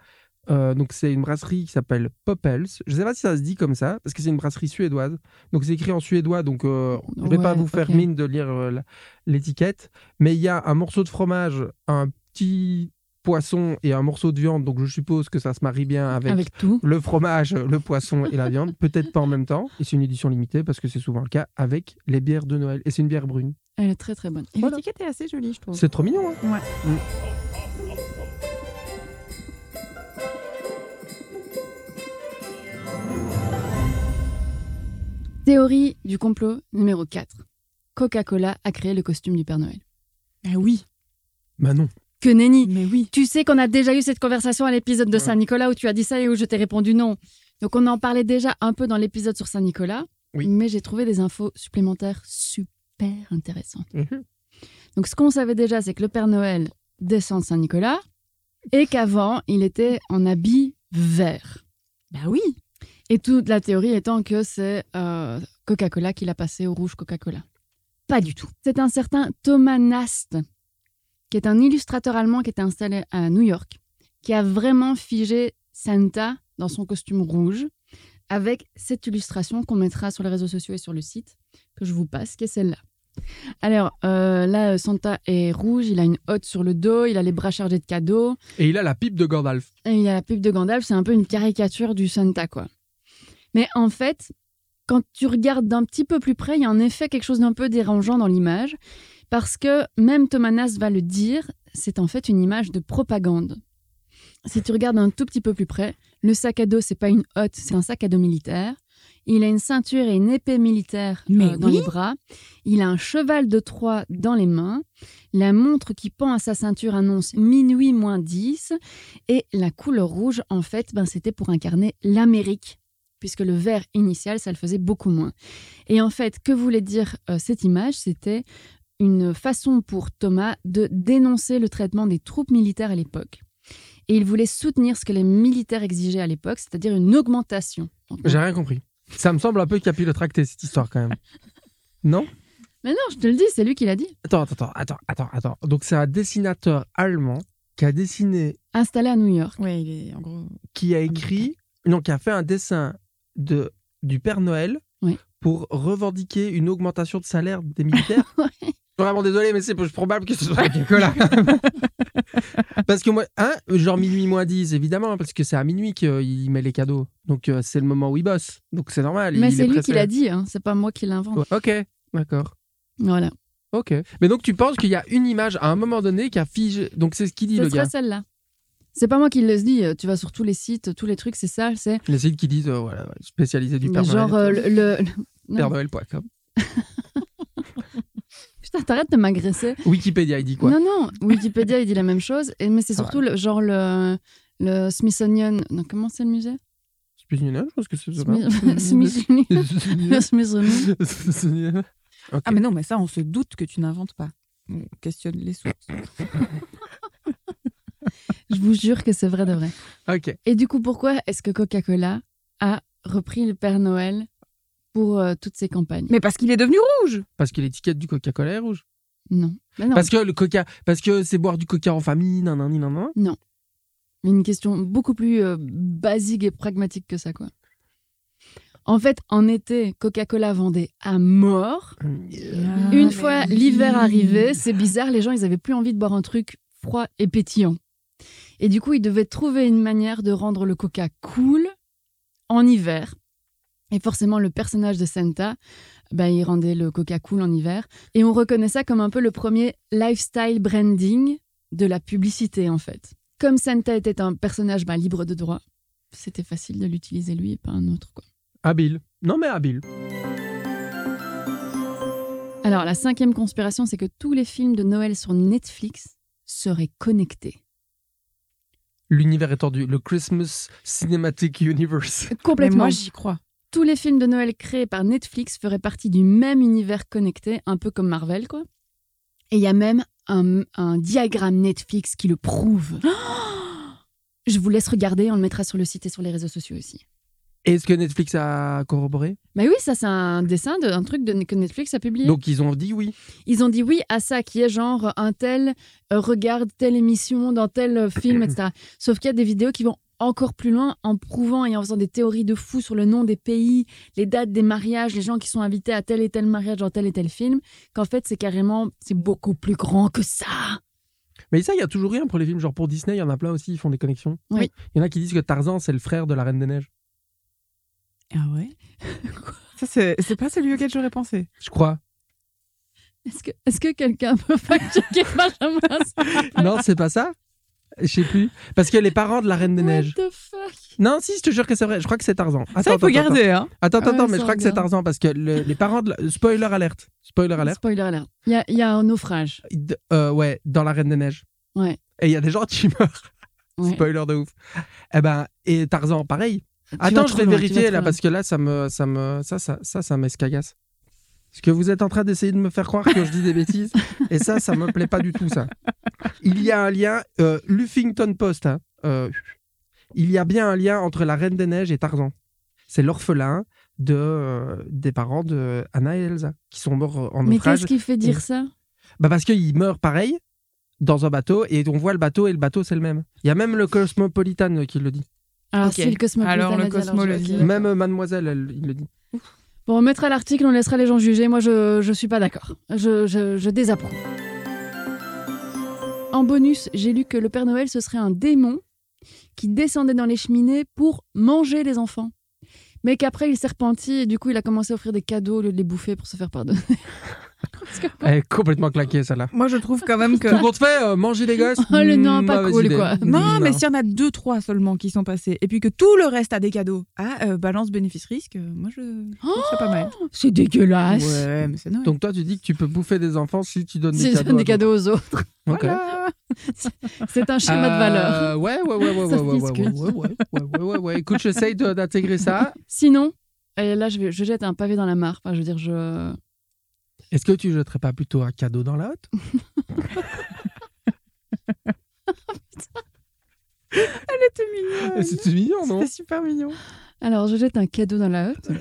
Speaker 3: Euh, donc c'est une brasserie qui s'appelle Poppels. Je sais pas si ça se dit comme ça parce que c'est une brasserie suédoise. Donc c'est écrit en suédois, donc euh, je vais pas
Speaker 2: Ouais,
Speaker 3: vous faire
Speaker 2: ok.
Speaker 3: mine de lire euh, la- l'étiquette, mais il y a un morceau de fromage, un petit poisson et un morceau de viande. Donc je suppose que ça se marie bien
Speaker 2: avec...
Speaker 3: avec.
Speaker 2: tout.
Speaker 3: Le fromage, le poisson et la viande, peut-être pas en même temps. Et c'est une édition limitée parce que c'est souvent le cas avec les bières de Noël. Et c'est une bière brune.
Speaker 2: Elle est très très bonne.
Speaker 4: Et
Speaker 3: Voilà.
Speaker 4: L'étiquette est assez jolie,
Speaker 2: Oh.
Speaker 4: je trouve.
Speaker 3: C'est trop mignon. hein.
Speaker 2: Théorie du complot numéro 4. Coca-Cola a créé le costume du Père Noël.
Speaker 4: Ah oui,
Speaker 3: Bah non.
Speaker 2: Que nenni
Speaker 4: mais oui.
Speaker 2: Tu sais qu'on a déjà eu cette conversation à l'épisode de
Speaker 3: Ouais.
Speaker 2: Saint-Nicolas où tu as dit ça et où je t'ai répondu non. Donc on en parlait déjà un peu dans l'épisode sur Saint-Nicolas,
Speaker 3: Oui.
Speaker 2: mais j'ai trouvé des infos supplémentaires super intéressantes.
Speaker 3: Mhm.
Speaker 2: Donc, ce qu'on savait déjà, c'est que le Père Noël descend de Saint-Nicolas et qu'avant, il était en habit vert.
Speaker 4: Bah oui.
Speaker 2: Et toute la théorie étant que c'est euh, Coca-Cola qui l'a passé au rouge Coca-Cola. Pas du tout. C'est un certain Thomas Nast, qui est un illustrateur allemand qui était installé à New York, qui a vraiment figé Santa dans son costume rouge, avec cette illustration qu'on mettra sur les réseaux sociaux et sur le site, que je vous passe, qui est celle-là. Alors euh, là, Santa est rouge, il a une hotte sur le dos, il a les bras chargés de cadeaux,
Speaker 3: Et il a la pipe de Gandalf.
Speaker 2: et il y a la pub de Gandalf, c'est un peu une caricature du Santa, quoi. Mais en fait, quand tu regardes d'un petit peu plus près, il y a en effet quelque chose d'un peu dérangeant dans l'image, parce que même Thomas va le dire, c'est en fait une image de propagande. Si tu regardes un tout petit peu plus près, le sac à dos, c'est pas une hotte, c'est un sac à dos militaire. Il a une ceinture et une épée militaire euh,
Speaker 4: Mais
Speaker 2: dans
Speaker 4: oui.
Speaker 2: les bras. Il a un cheval de Troie dans les mains. La montre qui pend à sa ceinture annonce minuit moins 10. Et la couleur rouge, en fait, ben, c'était pour incarner l'Amérique, puisque le vert initial, ça le faisait beaucoup moins. Et en fait, que voulait dire euh, cette image C'était une façon pour Thomas de dénoncer le traitement des troupes militaires à l'époque. Et il voulait soutenir ce que les militaires exigeaient à l'époque, c'est-à-dire une augmentation. Donc,
Speaker 3: J'ai rien compris. Ça me semble un peu capillotracté cette histoire quand même. Non
Speaker 2: Mais non, je te le dis, c'est lui qui l'a dit.
Speaker 3: Attends, attends, attends, attends, attends, attends. Donc c'est un dessinateur allemand qui a dessiné,
Speaker 2: Installé à New York.
Speaker 4: Ouais, il est en gros.
Speaker 3: qui a écrit, non, qui a fait un dessin de, du Père Noël
Speaker 2: Oui.
Speaker 3: pour revendiquer une augmentation de salaire des militaires. Vraiment désolé, mais c'est probable que ce soit quelqu'un là. parce que moi, hein, genre minuit moins 10, évidemment, parce que c'est à minuit qu'il met les cadeaux. Donc euh, c'est le moment où il bosse. Donc c'est normal.
Speaker 2: Mais
Speaker 3: il
Speaker 2: c'est
Speaker 3: est
Speaker 2: lui
Speaker 3: pressé.
Speaker 2: qui l'a dit, hein, c'est pas moi qui l'invente.
Speaker 3: Ouais, Ok, d'accord.
Speaker 2: Voilà.
Speaker 3: Ok. Mais donc tu penses qu'il y a une image à un moment donné qui a figé. Donc c'est ce qu'il dit
Speaker 2: Ce
Speaker 3: le
Speaker 2: sera
Speaker 3: gars.
Speaker 2: celle-là. C'est pas moi qui le dis, euh, tu vas sur tous les sites, tous les trucs, c'est ça, c'est
Speaker 3: Les sites qui disent euh, voilà, spécialisé du Père
Speaker 2: genre
Speaker 3: Noël.
Speaker 2: euh, le... le-
Speaker 3: Père
Speaker 2: non.
Speaker 3: Noël.com.
Speaker 2: Putain, t'arrêtes de m'agresser.
Speaker 3: Wikipédia, il dit quoi
Speaker 2: Non, non, Wikipédia, il dit la même chose, et- mais c'est
Speaker 3: Ah
Speaker 2: surtout le, genre le, le Smithsonian... Non, comment c'est le musée
Speaker 3: Smithsonian, je pense que c'est ça.
Speaker 2: Smith- Smithsonian. Le Smithsonian.
Speaker 3: Smithsonian.
Speaker 4: Ah, mais non, mais ça, on se doute que tu n'inventes pas. On questionne les sources.
Speaker 2: Je vous jure que c'est vrai de vrai.
Speaker 3: Ok.
Speaker 2: Et du coup, pourquoi est-ce que Coca-Cola a repris le Père Noël pour euh, toutes ses campagnes
Speaker 4: Mais parce qu'il est devenu rouge
Speaker 3: Parce que l'étiquette du Coca-Cola est rouge.
Speaker 2: Non. Mais non.
Speaker 3: Parce que le Coca, parce que c'est boire du Coca en famille, nan nan nan nan.
Speaker 2: une question beaucoup plus euh, basique et pragmatique que ça, quoi. En fait, en été, Coca-Cola vendait à mort. Une
Speaker 4: Ah, mais
Speaker 2: fois
Speaker 4: oui.
Speaker 2: l'hiver arrivé, c'est bizarre, les gens, ils avaient plus envie de boire un truc froid et pétillant. Et du coup, ils devaient trouver une manière de rendre le Coca cool en hiver. Et forcément, le personnage de Santa, ben, il rendait le Coca cool en hiver. Et on reconnaît ça comme un peu le premier lifestyle branding de la publicité, en fait. Comme Santa était un personnage ben, libre de droit, c'était facile de l'utiliser lui et pas un autre. Quoi.
Speaker 3: Habile. Non mais habile.
Speaker 2: Alors, la cinquième conspiration, c'est que tous les films de Noël sur Netflix seraient connectés.
Speaker 3: L'univers étendu, le Christmas Cinematic Universe.
Speaker 4: Mais
Speaker 2: Complètement.
Speaker 4: moi, j'y crois.
Speaker 2: tous les films de Noël créés par Netflix feraient partie du même univers connecté, un peu comme Marvel, quoi. Et il y a même un, un diagramme Netflix qui le prouve. Je vous laisse regarder, on le mettra sur le site et sur les réseaux sociaux aussi.
Speaker 3: Est-ce que Netflix a corroboré
Speaker 2: Mais oui, ça c'est un dessin d'un truc de- que Netflix a publié.
Speaker 3: Donc ils ont dit oui.
Speaker 2: Ils ont dit oui à ça qui est genre un tel euh, regarde telle émission dans tel euh, film, etc. Sauf qu'il y a des vidéos qui vont encore plus loin en prouvant et en faisant des théories de fous sur le nom des pays, les dates des mariages, les gens qui sont invités à tel et tel mariage dans tel et tel film, qu'en fait c'est carrément, c'est beaucoup plus grand que ça.
Speaker 3: Mais ça, il y a toujours rien pour les films. Genre pour Disney, il y en a plein aussi, ils font des connexions.
Speaker 2: Oui.
Speaker 3: Il y en a qui disent que Tarzan, c'est le frère de la Reine des Neiges.
Speaker 4: Ah ouais Ça, c'est c'est pas celui auquel j'aurais pensé.
Speaker 3: Je crois.
Speaker 2: Est-ce que, est-ce que quelqu'un peut fact-checker Benjamin
Speaker 3: non, c'est pas ça Je sais plus. Parce que les parents de la Reine des
Speaker 2: What
Speaker 3: Neiges.
Speaker 2: the fuck
Speaker 3: Non, si, je te jure que c'est vrai. Je crois que c'est Tarzan. Attends,
Speaker 4: ça, il faut
Speaker 3: attends,
Speaker 4: garder, hein
Speaker 3: Attends, attends,
Speaker 2: Ouais,
Speaker 3: attends, mais
Speaker 2: ça,
Speaker 3: je crois que c'est
Speaker 2: regarde.
Speaker 3: Tarzan parce que le- les parents de la- Spoiler alerte. Spoiler alerte.
Speaker 2: Spoiler alert. Il y a, il y a un naufrage.
Speaker 3: D- euh, ouais, dans la Reine des Neiges.
Speaker 2: Ouais.
Speaker 3: Et il y a des gens qui meurent.
Speaker 2: Ouais.
Speaker 3: Spoiler de ouf. Eh ben, et Tarzan, pareil.
Speaker 2: Tu vas
Speaker 3: Attends, je
Speaker 2: trop
Speaker 3: vais
Speaker 2: loin, tu vas
Speaker 3: vérifier
Speaker 2: trop
Speaker 3: là
Speaker 2: loin.
Speaker 3: parce que là, ça me, ça me, ça, ça, ça, ça m'escagasse. Parce que vous êtes en train d'essayer de me faire croire que je dis des bêtises et ça, ça me plaît pas du tout ça. Il y a un lien, euh, Luffington Post. hein, euh, il y a bien un lien entre la Reine des Neiges et Tarzan. C'est l'orphelin de euh, des parents de Anna et Elsa qui sont morts euh, en
Speaker 2: Mais
Speaker 3: naufrage.
Speaker 2: qu'est-ce qui fait dire ça
Speaker 3: Bah parce qu'ils meurent pareil dans un bateau et on voit le bateau et le bateau c'est le même. Il y a même le Cosmopolitan euh, qui le dit.
Speaker 2: Alors,
Speaker 4: Ok.
Speaker 2: si le Cosmopolitan
Speaker 4: Alors, le
Speaker 2: l'a dit,
Speaker 4: Cosmo
Speaker 2: je-
Speaker 4: le
Speaker 2: ok,
Speaker 4: dit.
Speaker 2: d'accord.
Speaker 3: Même euh, Mademoiselle, elle- il le dit.
Speaker 2: Bon, on mettra l'article, on laissera les gens juger. Moi, je ne suis pas d'accord. Je, je, je désapprouve. En bonus, j'ai lu que le Père Noël, ce serait un démon qui descendait dans les cheminées pour manger les enfants. Mais qu'après, il s'est repenti et du coup, il a commencé à offrir des cadeaux au lieu de les bouffer pour se faire pardonner. Parce que-
Speaker 3: Elle est complètement claquée celle-là.
Speaker 4: Moi, je trouve quand même que.
Speaker 3: Tout compte fait, euh, manger les gosses.
Speaker 2: Oh, le non,
Speaker 3: hmm,
Speaker 2: pas
Speaker 3: mauvaise
Speaker 2: cool,
Speaker 3: idée.
Speaker 2: quoi.
Speaker 4: Non, mais s'il y en a deux, trois seulement qui sont passés, et puis que tout le reste a des cadeaux. Ah, euh, balance bénéfice-risque, euh, moi je trouve ça pas mal.
Speaker 2: C'est dégueulasse.
Speaker 4: Ouais, mais Ah, c'est Noël.
Speaker 3: Donc toi, tu dis que tu peux bouffer des enfants si tu donnes
Speaker 2: Si
Speaker 3: des
Speaker 2: je
Speaker 3: cadeaux.
Speaker 2: donne des cadeaux aux autres,
Speaker 3: à d'autres. Ok.
Speaker 4: Voilà.
Speaker 2: c'est un schéma de valeur.
Speaker 3: Euh, ouais, ouais, ouais, ouais, ouais,
Speaker 2: Ça se
Speaker 3: ouais, ouais,
Speaker 2: discute.
Speaker 3: ouais, ouais, ouais, ouais, ouais, ouais. Écoute, j'essaye de- d'intégrer ça.
Speaker 2: Sinon, et là, je, vais- je jette un pavé dans la mare. Enfin, je veux dire, je.
Speaker 3: Est-ce que tu jetterais pas plutôt un cadeau dans la hotte
Speaker 4: C'était mignon.
Speaker 3: C'est mignon, non
Speaker 4: C'était super mignon.
Speaker 2: Alors, je jette un cadeau dans la hotte.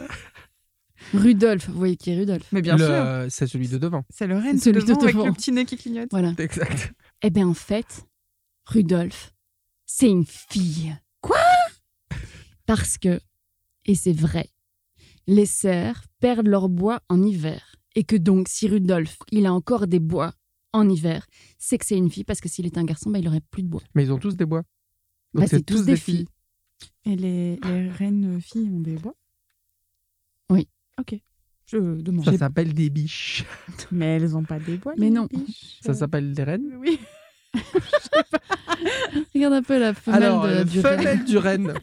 Speaker 2: Rudolf, vous voyez qui est Rudolf
Speaker 4: Mais bien
Speaker 3: Le- euh,
Speaker 4: sûr,
Speaker 3: C'est celui de devant.
Speaker 4: c'est le renne
Speaker 2: celui de
Speaker 4: devant avec
Speaker 2: devant.
Speaker 4: le petit nez qui clignote.
Speaker 2: Voilà.
Speaker 3: Exact.
Speaker 2: Eh bien, en ben, fait, Rudolf, c'est une fille.
Speaker 4: Quoi
Speaker 2: Parce que, et c'est vrai, les cerfs perdent leur bois en hiver. Et que donc, si Rudolf, il a encore des bois en hiver, c'est que c'est une fille, parce que s'il était un garçon, bah, il aurait plus de bois.
Speaker 3: Mais ils ont tous des bois.
Speaker 2: Bah, c'est tous des filles.
Speaker 4: Et les, les reines filles ont des bois
Speaker 2: Oui.
Speaker 4: Ok. Je demande.
Speaker 3: Ça s'appelle des biches.
Speaker 4: Mais elles n'ont pas des bois.
Speaker 2: Mais
Speaker 4: les
Speaker 2: non.
Speaker 4: biches.
Speaker 3: Ça s'appelle des rennes.
Speaker 4: Oui.
Speaker 2: Regarde un peu la femelle
Speaker 3: Alors,
Speaker 2: de-
Speaker 3: euh,
Speaker 2: du
Speaker 3: femelle du renne.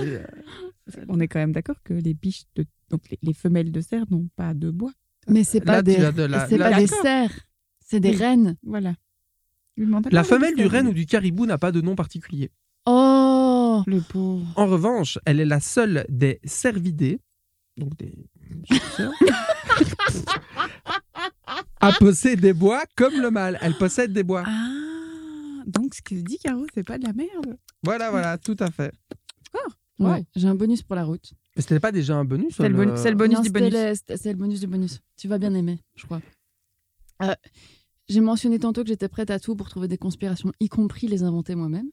Speaker 3: Et, euh,
Speaker 4: On est quand même d'accord que les biches de donc les, les femelles de cerf n'ont pas de bois.
Speaker 2: Mais c'est pas
Speaker 3: Là,
Speaker 2: des,
Speaker 3: déjà, de la-
Speaker 2: c'est
Speaker 3: là-
Speaker 2: pas des
Speaker 4: D'accord.
Speaker 2: cerfs, c'est des
Speaker 4: Oui.
Speaker 2: reines.
Speaker 4: Voilà. Je lui demande
Speaker 3: La
Speaker 4: d'accord,
Speaker 3: femelle
Speaker 4: mais
Speaker 3: du
Speaker 4: c'est-
Speaker 3: renne ou du caribou n'a pas de nom particulier.
Speaker 2: Oh,
Speaker 4: Le pauvre.
Speaker 3: En revanche, elle est la seule des cervidés, donc des chasseurs, à posséder des bois comme le mâle. Elle possède des bois.
Speaker 4: Ah. Donc ce que dit Caro, c'est pas de la merde.
Speaker 3: Voilà, voilà, tout à fait.
Speaker 4: Ouais.
Speaker 2: Ouais, j'ai un bonus pour la route.
Speaker 3: Mais c'était pas déjà un bonus hein,
Speaker 4: C'est le bon- c'est le bon- Bonus
Speaker 2: Non,
Speaker 4: du
Speaker 2: c'était
Speaker 4: bonus.
Speaker 2: le- c'était- C'est le bonus du bonus. Tu vas bien aimer, je crois. Euh, j'ai mentionné tantôt que j'étais prête à tout pour trouver des conspirations, y compris les inventer moi-même.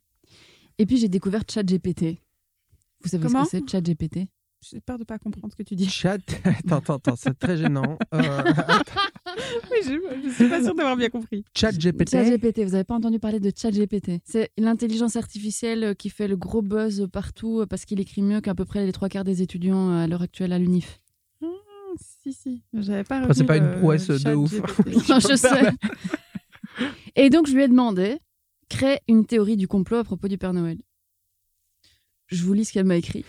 Speaker 2: Et puis j'ai découvert ChatGPT. Vous savez
Speaker 4: Comment
Speaker 2: ce que c'est ChatGPT
Speaker 4: J'ai peur de pas comprendre ce que tu dis.
Speaker 3: Chat. Attends, attends, attends, c'est très gênant. Euh,
Speaker 4: Mais je, je suis pas sûre d'avoir bien compris.
Speaker 3: Chat GPT.
Speaker 2: ChatGPT, vous n'avez pas entendu parler de ChatGPT C'est l'intelligence artificielle euh, qui fait le gros buzz partout euh, parce qu'il écrit mieux qu'à peu près les trois quarts des étudiants euh, à l'heure actuelle à l'UNIF.
Speaker 4: Ah, Si si. J'avais pas.
Speaker 3: Après, Ah, c'est
Speaker 4: retenu
Speaker 3: pas une
Speaker 4: le
Speaker 3: prouesse de
Speaker 4: chat
Speaker 3: ouf.
Speaker 4: GPT.
Speaker 2: Non, je sais. Et donc, je lui ai demandé crée une théorie du complot à propos du Père Noël. Je vous lis ce qu'elle m'a écrit.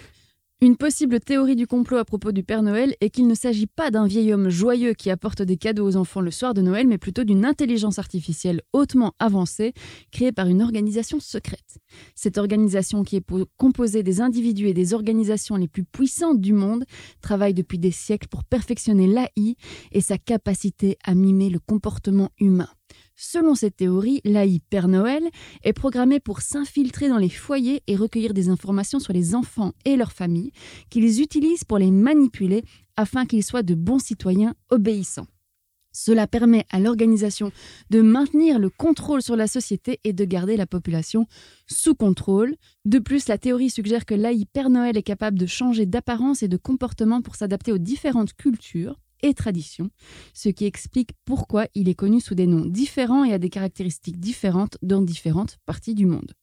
Speaker 2: Une possible théorie du complot à propos du Père Noël est qu'il ne s'agit pas d'un vieil homme joyeux qui apporte des cadeaux aux enfants le soir de Noël, mais plutôt d'une intelligence artificielle hautement avancée créée par une organisation secrète. Cette organisation, qui est po- composée des individus et des organisations les plus puissantes du monde, travaille depuis des siècles pour perfectionner l'AI et sa capacité à mimer le comportement humain. Selon cette théorie, l'AI Père Noël est programmée pour s'infiltrer dans les foyers et recueillir des informations sur les enfants et leurs familles, qu'ils utilisent pour les manipuler afin qu'ils soient de bons citoyens obéissants. Cela permet à l'organisation de maintenir le contrôle sur la société et de garder la population sous contrôle. De plus, la théorie suggère que l'AI Père Noël est capable de changer d'apparence et de comportement pour s'adapter aux différentes cultures et traditions, ce qui explique pourquoi il est connu sous des noms différents et a des caractéristiques différentes dans différentes parties du monde.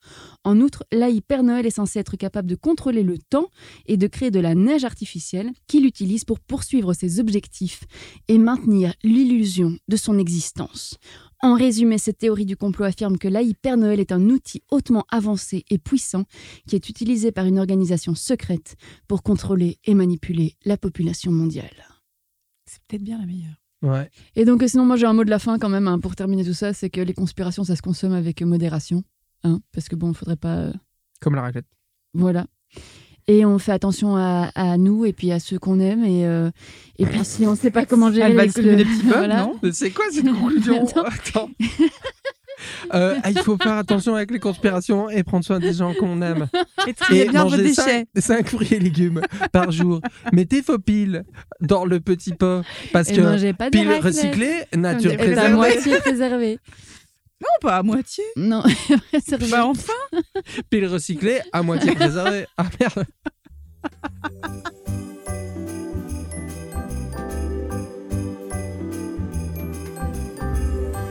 Speaker 2: En outre, l'AI Père Noël est censé être capable de contrôler le temps et de créer de la neige artificielle qu'il utilise pour poursuivre ses objectifs et maintenir l'illusion de son existence. En résumé, cette théorie du complot affirme que l'AI Père Noël est un outil hautement avancé et puissant qui est utilisé par une organisation secrète pour contrôler et manipuler la population mondiale.
Speaker 4: C'est peut-être bien la meilleure.
Speaker 3: Ouais.
Speaker 2: Et donc, euh, sinon, moi, j'ai un mot de la fin quand même hein, pour terminer tout ça c'est que les conspirations, ça se consomme avec euh, modération. Hein, parce que bon, faudrait pas. euh,
Speaker 3: Comme la raclette.
Speaker 2: voilà. Et on fait attention à, à nous et puis à ceux qu'on aime. Et, euh, et puis, si on sait pas comment gérer
Speaker 4: Elle va
Speaker 2: les-
Speaker 4: te donner des
Speaker 2: le-
Speaker 4: petits bobs,
Speaker 2: voilà.
Speaker 4: non
Speaker 3: Mais c'est quoi cette conclusion
Speaker 2: Attends.
Speaker 3: Attends. Euh, ah, il faut faire attention avec les conspirations et prendre soin des gens qu'on aime.
Speaker 4: Et trier bien vos
Speaker 3: manger
Speaker 4: déchets.
Speaker 3: 5, fruits et légumes par jour. Mettez vos piles dans le petit pot parce
Speaker 2: Et
Speaker 3: que
Speaker 2: mangez Eh pas de
Speaker 3: piles
Speaker 2: raclette.
Speaker 3: recyclées, nature
Speaker 4: des
Speaker 2: Et
Speaker 4: raclettes.
Speaker 2: à
Speaker 4: Préservé.
Speaker 3: préservée.
Speaker 2: moitié préservé.
Speaker 4: Non, pas à moitié.
Speaker 2: Non, préservé.
Speaker 4: Bah enfin.
Speaker 3: Piles recyclées, à moitié préservées. Ah merde.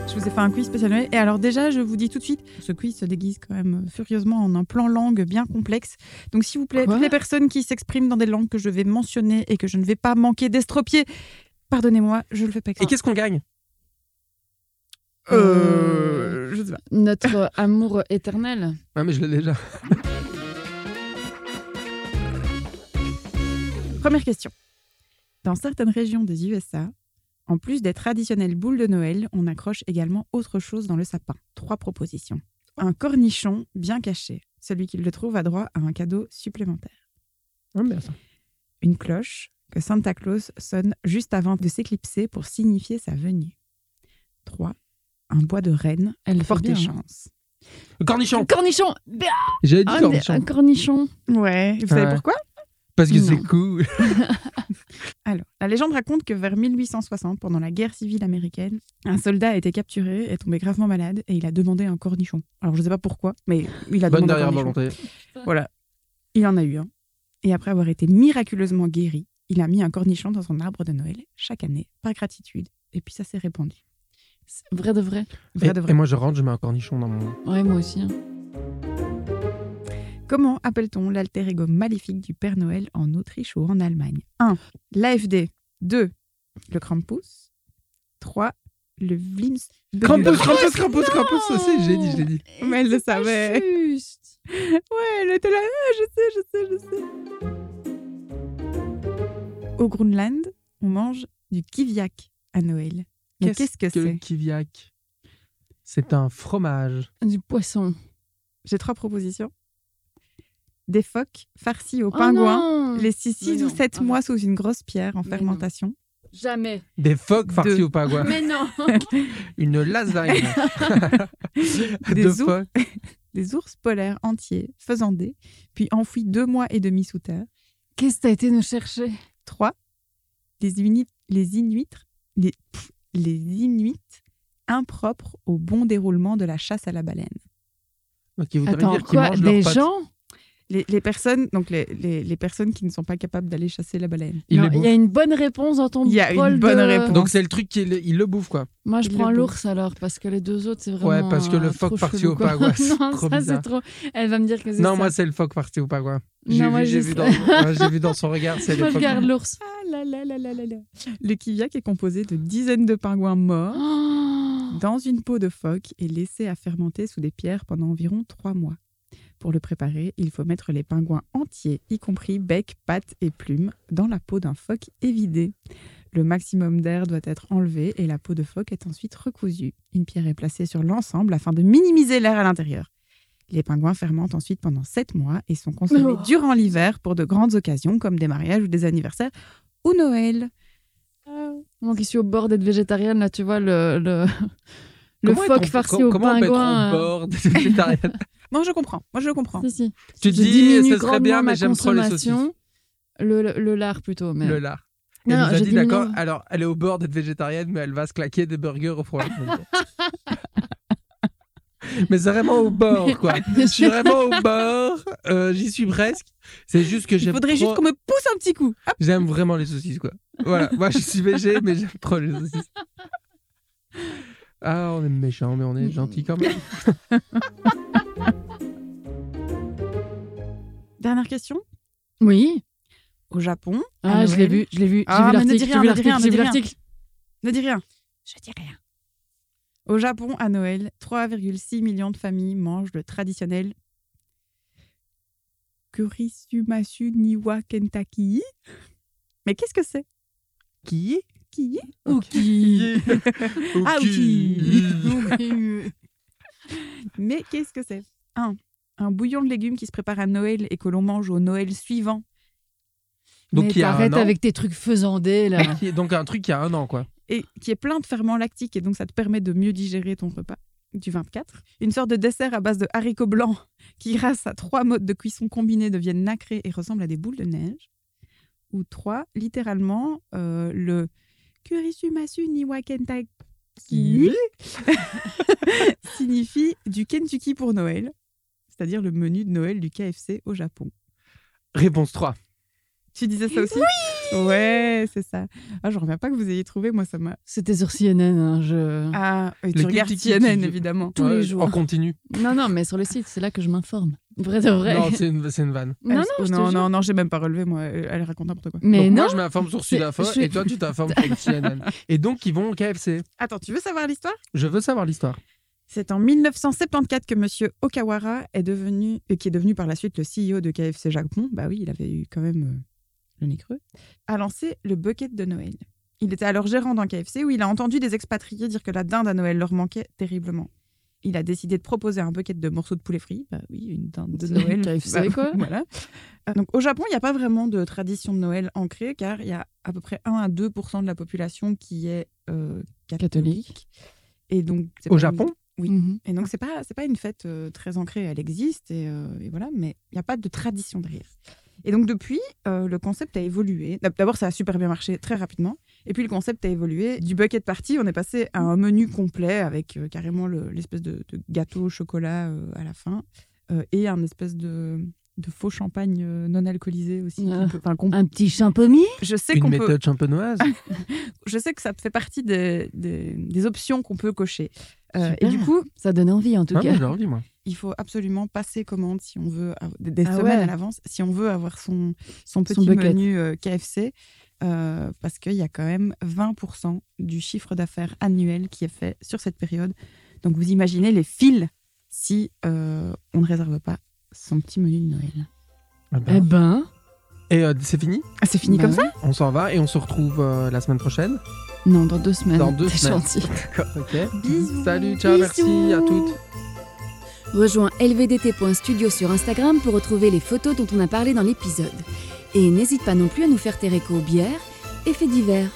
Speaker 4: Je vous ai fait un quiz spécial Noël. Et alors déjà, je vous dis tout de suite, ce quiz se déguise quand même furieusement en un plan langue bien complexe. Donc s'il vous plaît,
Speaker 2: Quoi
Speaker 4: toutes les personnes qui s'expriment dans des langues que je vais mentionner et que je ne vais pas manquer d'estropier, pardonnez-moi, je le fais
Speaker 3: Et
Speaker 4: pas exprès.
Speaker 3: qu'est-ce qu'on gagne
Speaker 4: Euh, je sais pas.
Speaker 2: Notre euh, amour éternel.
Speaker 3: Ah mais je l'ai déjà.
Speaker 4: Première question. Dans certaines régions des USA, en plus des traditionnelles boules de Noël, on accroche également autre chose dans le sapin. Trois propositions. Un cornichon bien caché. Celui qui le trouve a droit à un cadeau supplémentaire.
Speaker 3: Ah, merde.
Speaker 4: une cloche que Santa Claus sonne juste avant de s'éclipser pour signifier sa venue. 3. Un bois de renne,
Speaker 2: Elle
Speaker 4: forte
Speaker 2: porte
Speaker 4: chance.
Speaker 3: Cornichon.
Speaker 2: Cornichon Bah,
Speaker 3: J'avais dit
Speaker 2: un-
Speaker 3: cornichon
Speaker 2: Un cornichon
Speaker 4: Ouais, vous savez
Speaker 3: Ouais.
Speaker 4: pourquoi
Speaker 3: parce que
Speaker 2: Non.
Speaker 3: c'est cool.
Speaker 4: Alors, la légende raconte que vers 1860, pendant la guerre civile américaine, un soldat a été capturé, est tombé gravement malade et il a demandé un cornichon. Alors, je sais pas pourquoi, mais il a
Speaker 3: Bonne
Speaker 4: demandé un
Speaker 3: dernière
Speaker 4: cornichon.
Speaker 3: volonté.
Speaker 4: Voilà. Il en a eu un. Et après avoir été miraculeusement guéri, il a mis un cornichon dans son arbre de Noël chaque année, par gratitude. Et puis ça s'est répandu.
Speaker 2: C'est Vrai de vrai.
Speaker 3: Et,
Speaker 4: Vrai de vrai.
Speaker 3: et moi, je rentre, je mets un cornichon dans mon.
Speaker 2: Ouais, moi aussi. hein.
Speaker 4: Comment appelle-t-on l'alter ego maléfique du Père Noël en Autriche ou en Allemagne 1. L'AFD. 2. Le Krampus. 3. Le Vlims.
Speaker 3: Krampus, Krampus, Krampus, Krampus, ça, c'est- je l'ai dit, je l'ai dit.
Speaker 4: Mais elle le
Speaker 2: C'est pas
Speaker 4: savait.
Speaker 2: juste.
Speaker 4: Ouais, elle était là. Ah, je sais, je sais, je sais. Au Groenland, on mange du kiviak à Noël. Mais qu'est-ce que
Speaker 3: le
Speaker 4: c'est
Speaker 3: kiviak C'est un fromage.
Speaker 2: Du poisson.
Speaker 4: J'ai trois propositions. Des phoques farcis au
Speaker 2: Oh
Speaker 4: pingouin,
Speaker 2: non
Speaker 4: laissés
Speaker 2: Mais
Speaker 4: 6 ou
Speaker 2: non,
Speaker 4: 7
Speaker 2: ah
Speaker 4: mois sous une grosse pierre en
Speaker 2: Mais non.
Speaker 4: fermentation.
Speaker 2: Jamais.
Speaker 3: Des phoques farcis
Speaker 4: Deux.
Speaker 3: au pingouin.
Speaker 2: Mais non.
Speaker 3: Une lasagne.
Speaker 4: Des
Speaker 3: de
Speaker 4: os.
Speaker 3: phoques.
Speaker 4: Des ours polaires entiers, faisandés, puis enfouis deux mois et demi sous terre.
Speaker 2: Qu'est-ce que t'as été nous chercher
Speaker 4: 3. Les, Uni- les Inuits, les, pff, les Inuits impropres au bon déroulement de la chasse à la baleine.
Speaker 3: Donc, il voudrait
Speaker 2: Attends,
Speaker 3: dire qu'ils
Speaker 2: quoi
Speaker 3: mangent
Speaker 2: Des
Speaker 3: leurs pattes.
Speaker 2: gens
Speaker 4: Les, les personnes, donc les, les- les personnes qui ne sont pas capables d'aller chasser la baleine.
Speaker 3: Ils
Speaker 2: Non,
Speaker 3: les
Speaker 2: Il y a une bonne réponse dans ton
Speaker 4: Il y a une
Speaker 2: bol
Speaker 4: bonne
Speaker 2: de-
Speaker 4: réponse.
Speaker 3: Donc, c'est le truc qu'ils ils le bouffent, quoi.
Speaker 2: Moi, je
Speaker 4: Il
Speaker 2: prends
Speaker 4: le
Speaker 2: l'ours alors, parce que les deux autres, c'est vraiment.
Speaker 3: Ouais, parce que le
Speaker 2: euh,
Speaker 3: phoque
Speaker 2: trop
Speaker 3: parti
Speaker 2: chelou,
Speaker 3: au
Speaker 2: quoi.
Speaker 3: pagouin, c'est
Speaker 2: Non,
Speaker 3: trop
Speaker 2: ça, c'est
Speaker 3: bizarre.
Speaker 2: trop. Elle va me dire que c'est.
Speaker 3: Non,
Speaker 2: ça.
Speaker 3: moi, c'est le phoque farci au pagouin. J'ai
Speaker 2: Non,
Speaker 3: vu,
Speaker 2: moi,
Speaker 3: j'ai
Speaker 2: je-
Speaker 3: vu dans- ouais, j'ai vu dans son regard, c'est
Speaker 2: Moi,
Speaker 3: les
Speaker 2: je
Speaker 3: phoques.
Speaker 2: garde l'ours.
Speaker 4: Ah Le kiviak est composé de dizaines de pingouins morts
Speaker 2: Oh
Speaker 4: dans une peau de phoque et laissé à fermenter sous des pierres pendant environ trois mois. Pour le préparer, il faut mettre les pingouins entiers, y compris bec, pattes et plumes, dans la peau d'un phoque évidé. Le maximum d'air doit être enlevé et la peau de phoque est ensuite recousue. Une pierre est placée sur l'ensemble afin de minimiser l'air à l'intérieur. Les pingouins fermentent ensuite pendant sept mois et sont consommés
Speaker 2: Oh.
Speaker 4: durant l'hiver pour de grandes occasions comme des mariages ou des anniversaires ou Noël.
Speaker 2: Moi qui suis au bord d'être végétarienne, là, tu vois, le, le, le
Speaker 3: Comment
Speaker 2: phoque
Speaker 3: est-on-
Speaker 2: farci
Speaker 3: com-
Speaker 2: au
Speaker 3: comment on peut être au
Speaker 2: pingouin. euh,
Speaker 3: bord des végétariens
Speaker 4: Moi, je comprends. Moi, je comprends.
Speaker 2: si, si.
Speaker 3: Tu te
Speaker 2: Je
Speaker 3: dis,
Speaker 2: diminue
Speaker 3: ce serait bien,
Speaker 2: grandement
Speaker 3: mais
Speaker 2: ma
Speaker 3: j'aime trop les saucisses.
Speaker 2: consommation. Le, le, le lard plutôt, mais.
Speaker 3: Le lard.
Speaker 2: Non,
Speaker 3: elle nous a
Speaker 2: je
Speaker 3: dit, d'accord,
Speaker 2: diminue.
Speaker 3: alors elle est au bord d'être végétarienne, mais elle va se claquer des burgers au fromage. mais c'est vraiment au bord, quoi. Je suis vraiment au bord, euh, j'y suis presque. C'est juste que
Speaker 4: Il
Speaker 3: j'aime
Speaker 4: faudrait juste
Speaker 3: trop-
Speaker 4: qu'on me pousse un petit coup. Hop.
Speaker 3: J'aime vraiment les saucisses, quoi. Voilà, moi je suis végé, mais j'aime trop les saucisses. Ah, on est méchant, mais on est gentil quand même.
Speaker 4: Dernière question.
Speaker 2: Oui.
Speaker 4: Au Japon,
Speaker 2: Ah,
Speaker 4: À
Speaker 2: je l'ai
Speaker 4: Noël.
Speaker 2: vu, je l'ai vu. j'ai
Speaker 4: Ah,
Speaker 2: vu
Speaker 4: mais ne dis
Speaker 2: l'article, j'ai
Speaker 4: rien,
Speaker 2: vu
Speaker 4: ne dis rien,
Speaker 2: l'article,
Speaker 4: ne
Speaker 2: j'ai vu
Speaker 4: dis rien.
Speaker 2: l'article.
Speaker 4: ne dis rien.
Speaker 2: Je dis rien.
Speaker 4: Au Japon, à Noël, 3,6 millions de familles mangent le traditionnel Kurisumasu Niwa Kentucky. Mais qu'est-ce que c'est
Speaker 3: Qui est
Speaker 4: Qui est
Speaker 2: Ouki.
Speaker 4: Ah,
Speaker 3: Qui
Speaker 4: Mais qu'est-ce que c'est 1. Un bouillon de légumes qui se prépare à Noël et que l'on mange au Noël suivant.
Speaker 3: Donc il y
Speaker 2: Mais
Speaker 3: a
Speaker 2: arrête
Speaker 3: un an.
Speaker 2: avec tes trucs faisandés, là.
Speaker 3: Qui est donc un truc qui a un an, quoi.
Speaker 4: et qui est plein de ferments lactiques et donc ça te permet de mieux digérer ton repas du 24. Une sorte de dessert à base de haricots blancs qui grâce à trois modes de cuisson combinés deviennent nacrés et ressemblent à des boules de neige. Ou trois, littéralement, euh, le Kurisumasu Niwa Kentucky signifie du Kentucky pour Noël, c'est-à-dire le menu de Noël du KFC au Japon.
Speaker 3: Réponse 3.
Speaker 4: Tu disais ça aussi Ouais, c'est ça. Ah, je reviens pas que vous ayez trouvé, moi ça m'a...
Speaker 2: C'était sur CNN, hein, je...
Speaker 4: Ah, et
Speaker 3: Le
Speaker 4: tu regardes
Speaker 3: Kentucky qui-
Speaker 4: CNN, évidemment.
Speaker 2: Tous les jours.
Speaker 3: On continue.
Speaker 2: Non, non, mais sur le site, c'est là que je m'informe. Vrai de vrai.
Speaker 3: Ah. Non, c'est une, c'est une vanne.
Speaker 2: non, non,
Speaker 4: Elle-
Speaker 2: je te
Speaker 4: non,
Speaker 2: jure.
Speaker 4: non, non, j'ai même pas relevé, moi. Elle elle raconte n'importe quoi.
Speaker 2: Mais
Speaker 3: donc
Speaker 2: non,
Speaker 3: moi, je m'informe sur
Speaker 2: c'est-
Speaker 3: Sudafo
Speaker 2: je suis-
Speaker 3: et toi, tu t'informes sur CNN. Et donc, ils vont au KFC.
Speaker 4: Attends, tu veux savoir l'histoire
Speaker 3: Je veux savoir l'histoire.
Speaker 4: C'est en 1974 que Monsieur Okawara est devenu, et qui est devenu par la suite le CEO de KFC Japon. Bah oui, il avait eu quand même euh, le nez creux. A lancé le bucket de Noël. Il était alors gérant d'un KFC où il a entendu des expatriés dire que la dinde à Noël leur manquait terriblement. Il a décidé de proposer un bucket de morceaux de poulet frit. Bah oui, une dinde de
Speaker 2: C'est
Speaker 4: Noël.
Speaker 2: KFC,
Speaker 4: Bah,
Speaker 2: quoi.
Speaker 4: Voilà. Euh, Donc au Japon, il n'y a pas vraiment de tradition de Noël ancrée car il y a à peu près 1 à 2 de la population qui est euh, catholique.
Speaker 2: Catholique.
Speaker 4: Et donc c'est
Speaker 3: Au
Speaker 4: pas
Speaker 3: Japon
Speaker 4: Oui.
Speaker 2: Mhm.
Speaker 4: une- Et donc c'est pas c'est pas une fête euh, très ancrée, elle existe et, euh, et voilà, mais il n'y a pas de tradition derrière. Et donc depuis, euh, le concept a évolué. D'ab- D'abord, ça a super bien marché très rapidement. Et puis le concept a évolué. Du bucket party, on est passé à un menu complet avec euh, carrément le- l'espèce de, de gâteau au chocolat euh, à la fin Euh, et un espèce de, de faux champagne euh, non alcoolisé aussi. qui
Speaker 2: Ah.
Speaker 4: peut- enfin, qu'on-
Speaker 1: Un petit champomier
Speaker 4: je sais
Speaker 3: Une
Speaker 4: qu'on peut,
Speaker 3: méthode champenoise.
Speaker 4: je sais que ça fait partie des, des- des options qu'on peut cocher. Euh,
Speaker 1: Super.
Speaker 4: et du coup,
Speaker 2: Ça donne envie en tout
Speaker 3: Ah, moi,
Speaker 2: cas.
Speaker 3: j'ai envie, moi.
Speaker 4: il faut absolument passer commande si on veut av- des, des
Speaker 2: Ah
Speaker 4: semaines
Speaker 2: ouais.
Speaker 4: à l'avance si on veut avoir son son petit
Speaker 2: bucket.
Speaker 4: menu euh, KFC euh, parce qu'il y a quand même 20% du chiffre d'affaires annuel qui est fait sur cette période. Donc vous imaginez les fils si euh, on ne réserve pas son petit menu de Noël.
Speaker 3: Ah
Speaker 2: Eh
Speaker 3: ben.
Speaker 2: ben,
Speaker 3: Et euh, c'est fini
Speaker 4: Ah, c'est fini
Speaker 2: Bah
Speaker 4: comme ça
Speaker 3: On s'en va et on se retrouve euh, la semaine prochaine.
Speaker 2: non, dans deux semaines.
Speaker 3: Dans deux
Speaker 2: T'es
Speaker 3: semaines.
Speaker 2: gentil.
Speaker 3: D'accord, ok.
Speaker 4: Bisous.
Speaker 3: Salut, ciao, merci à toutes.
Speaker 1: Rejoins lvdt.studio sur Instagram pour retrouver les photos dont on a parlé dans l'épisode. Et n'hésite pas non plus à nous faire tes récos bières et faits divers.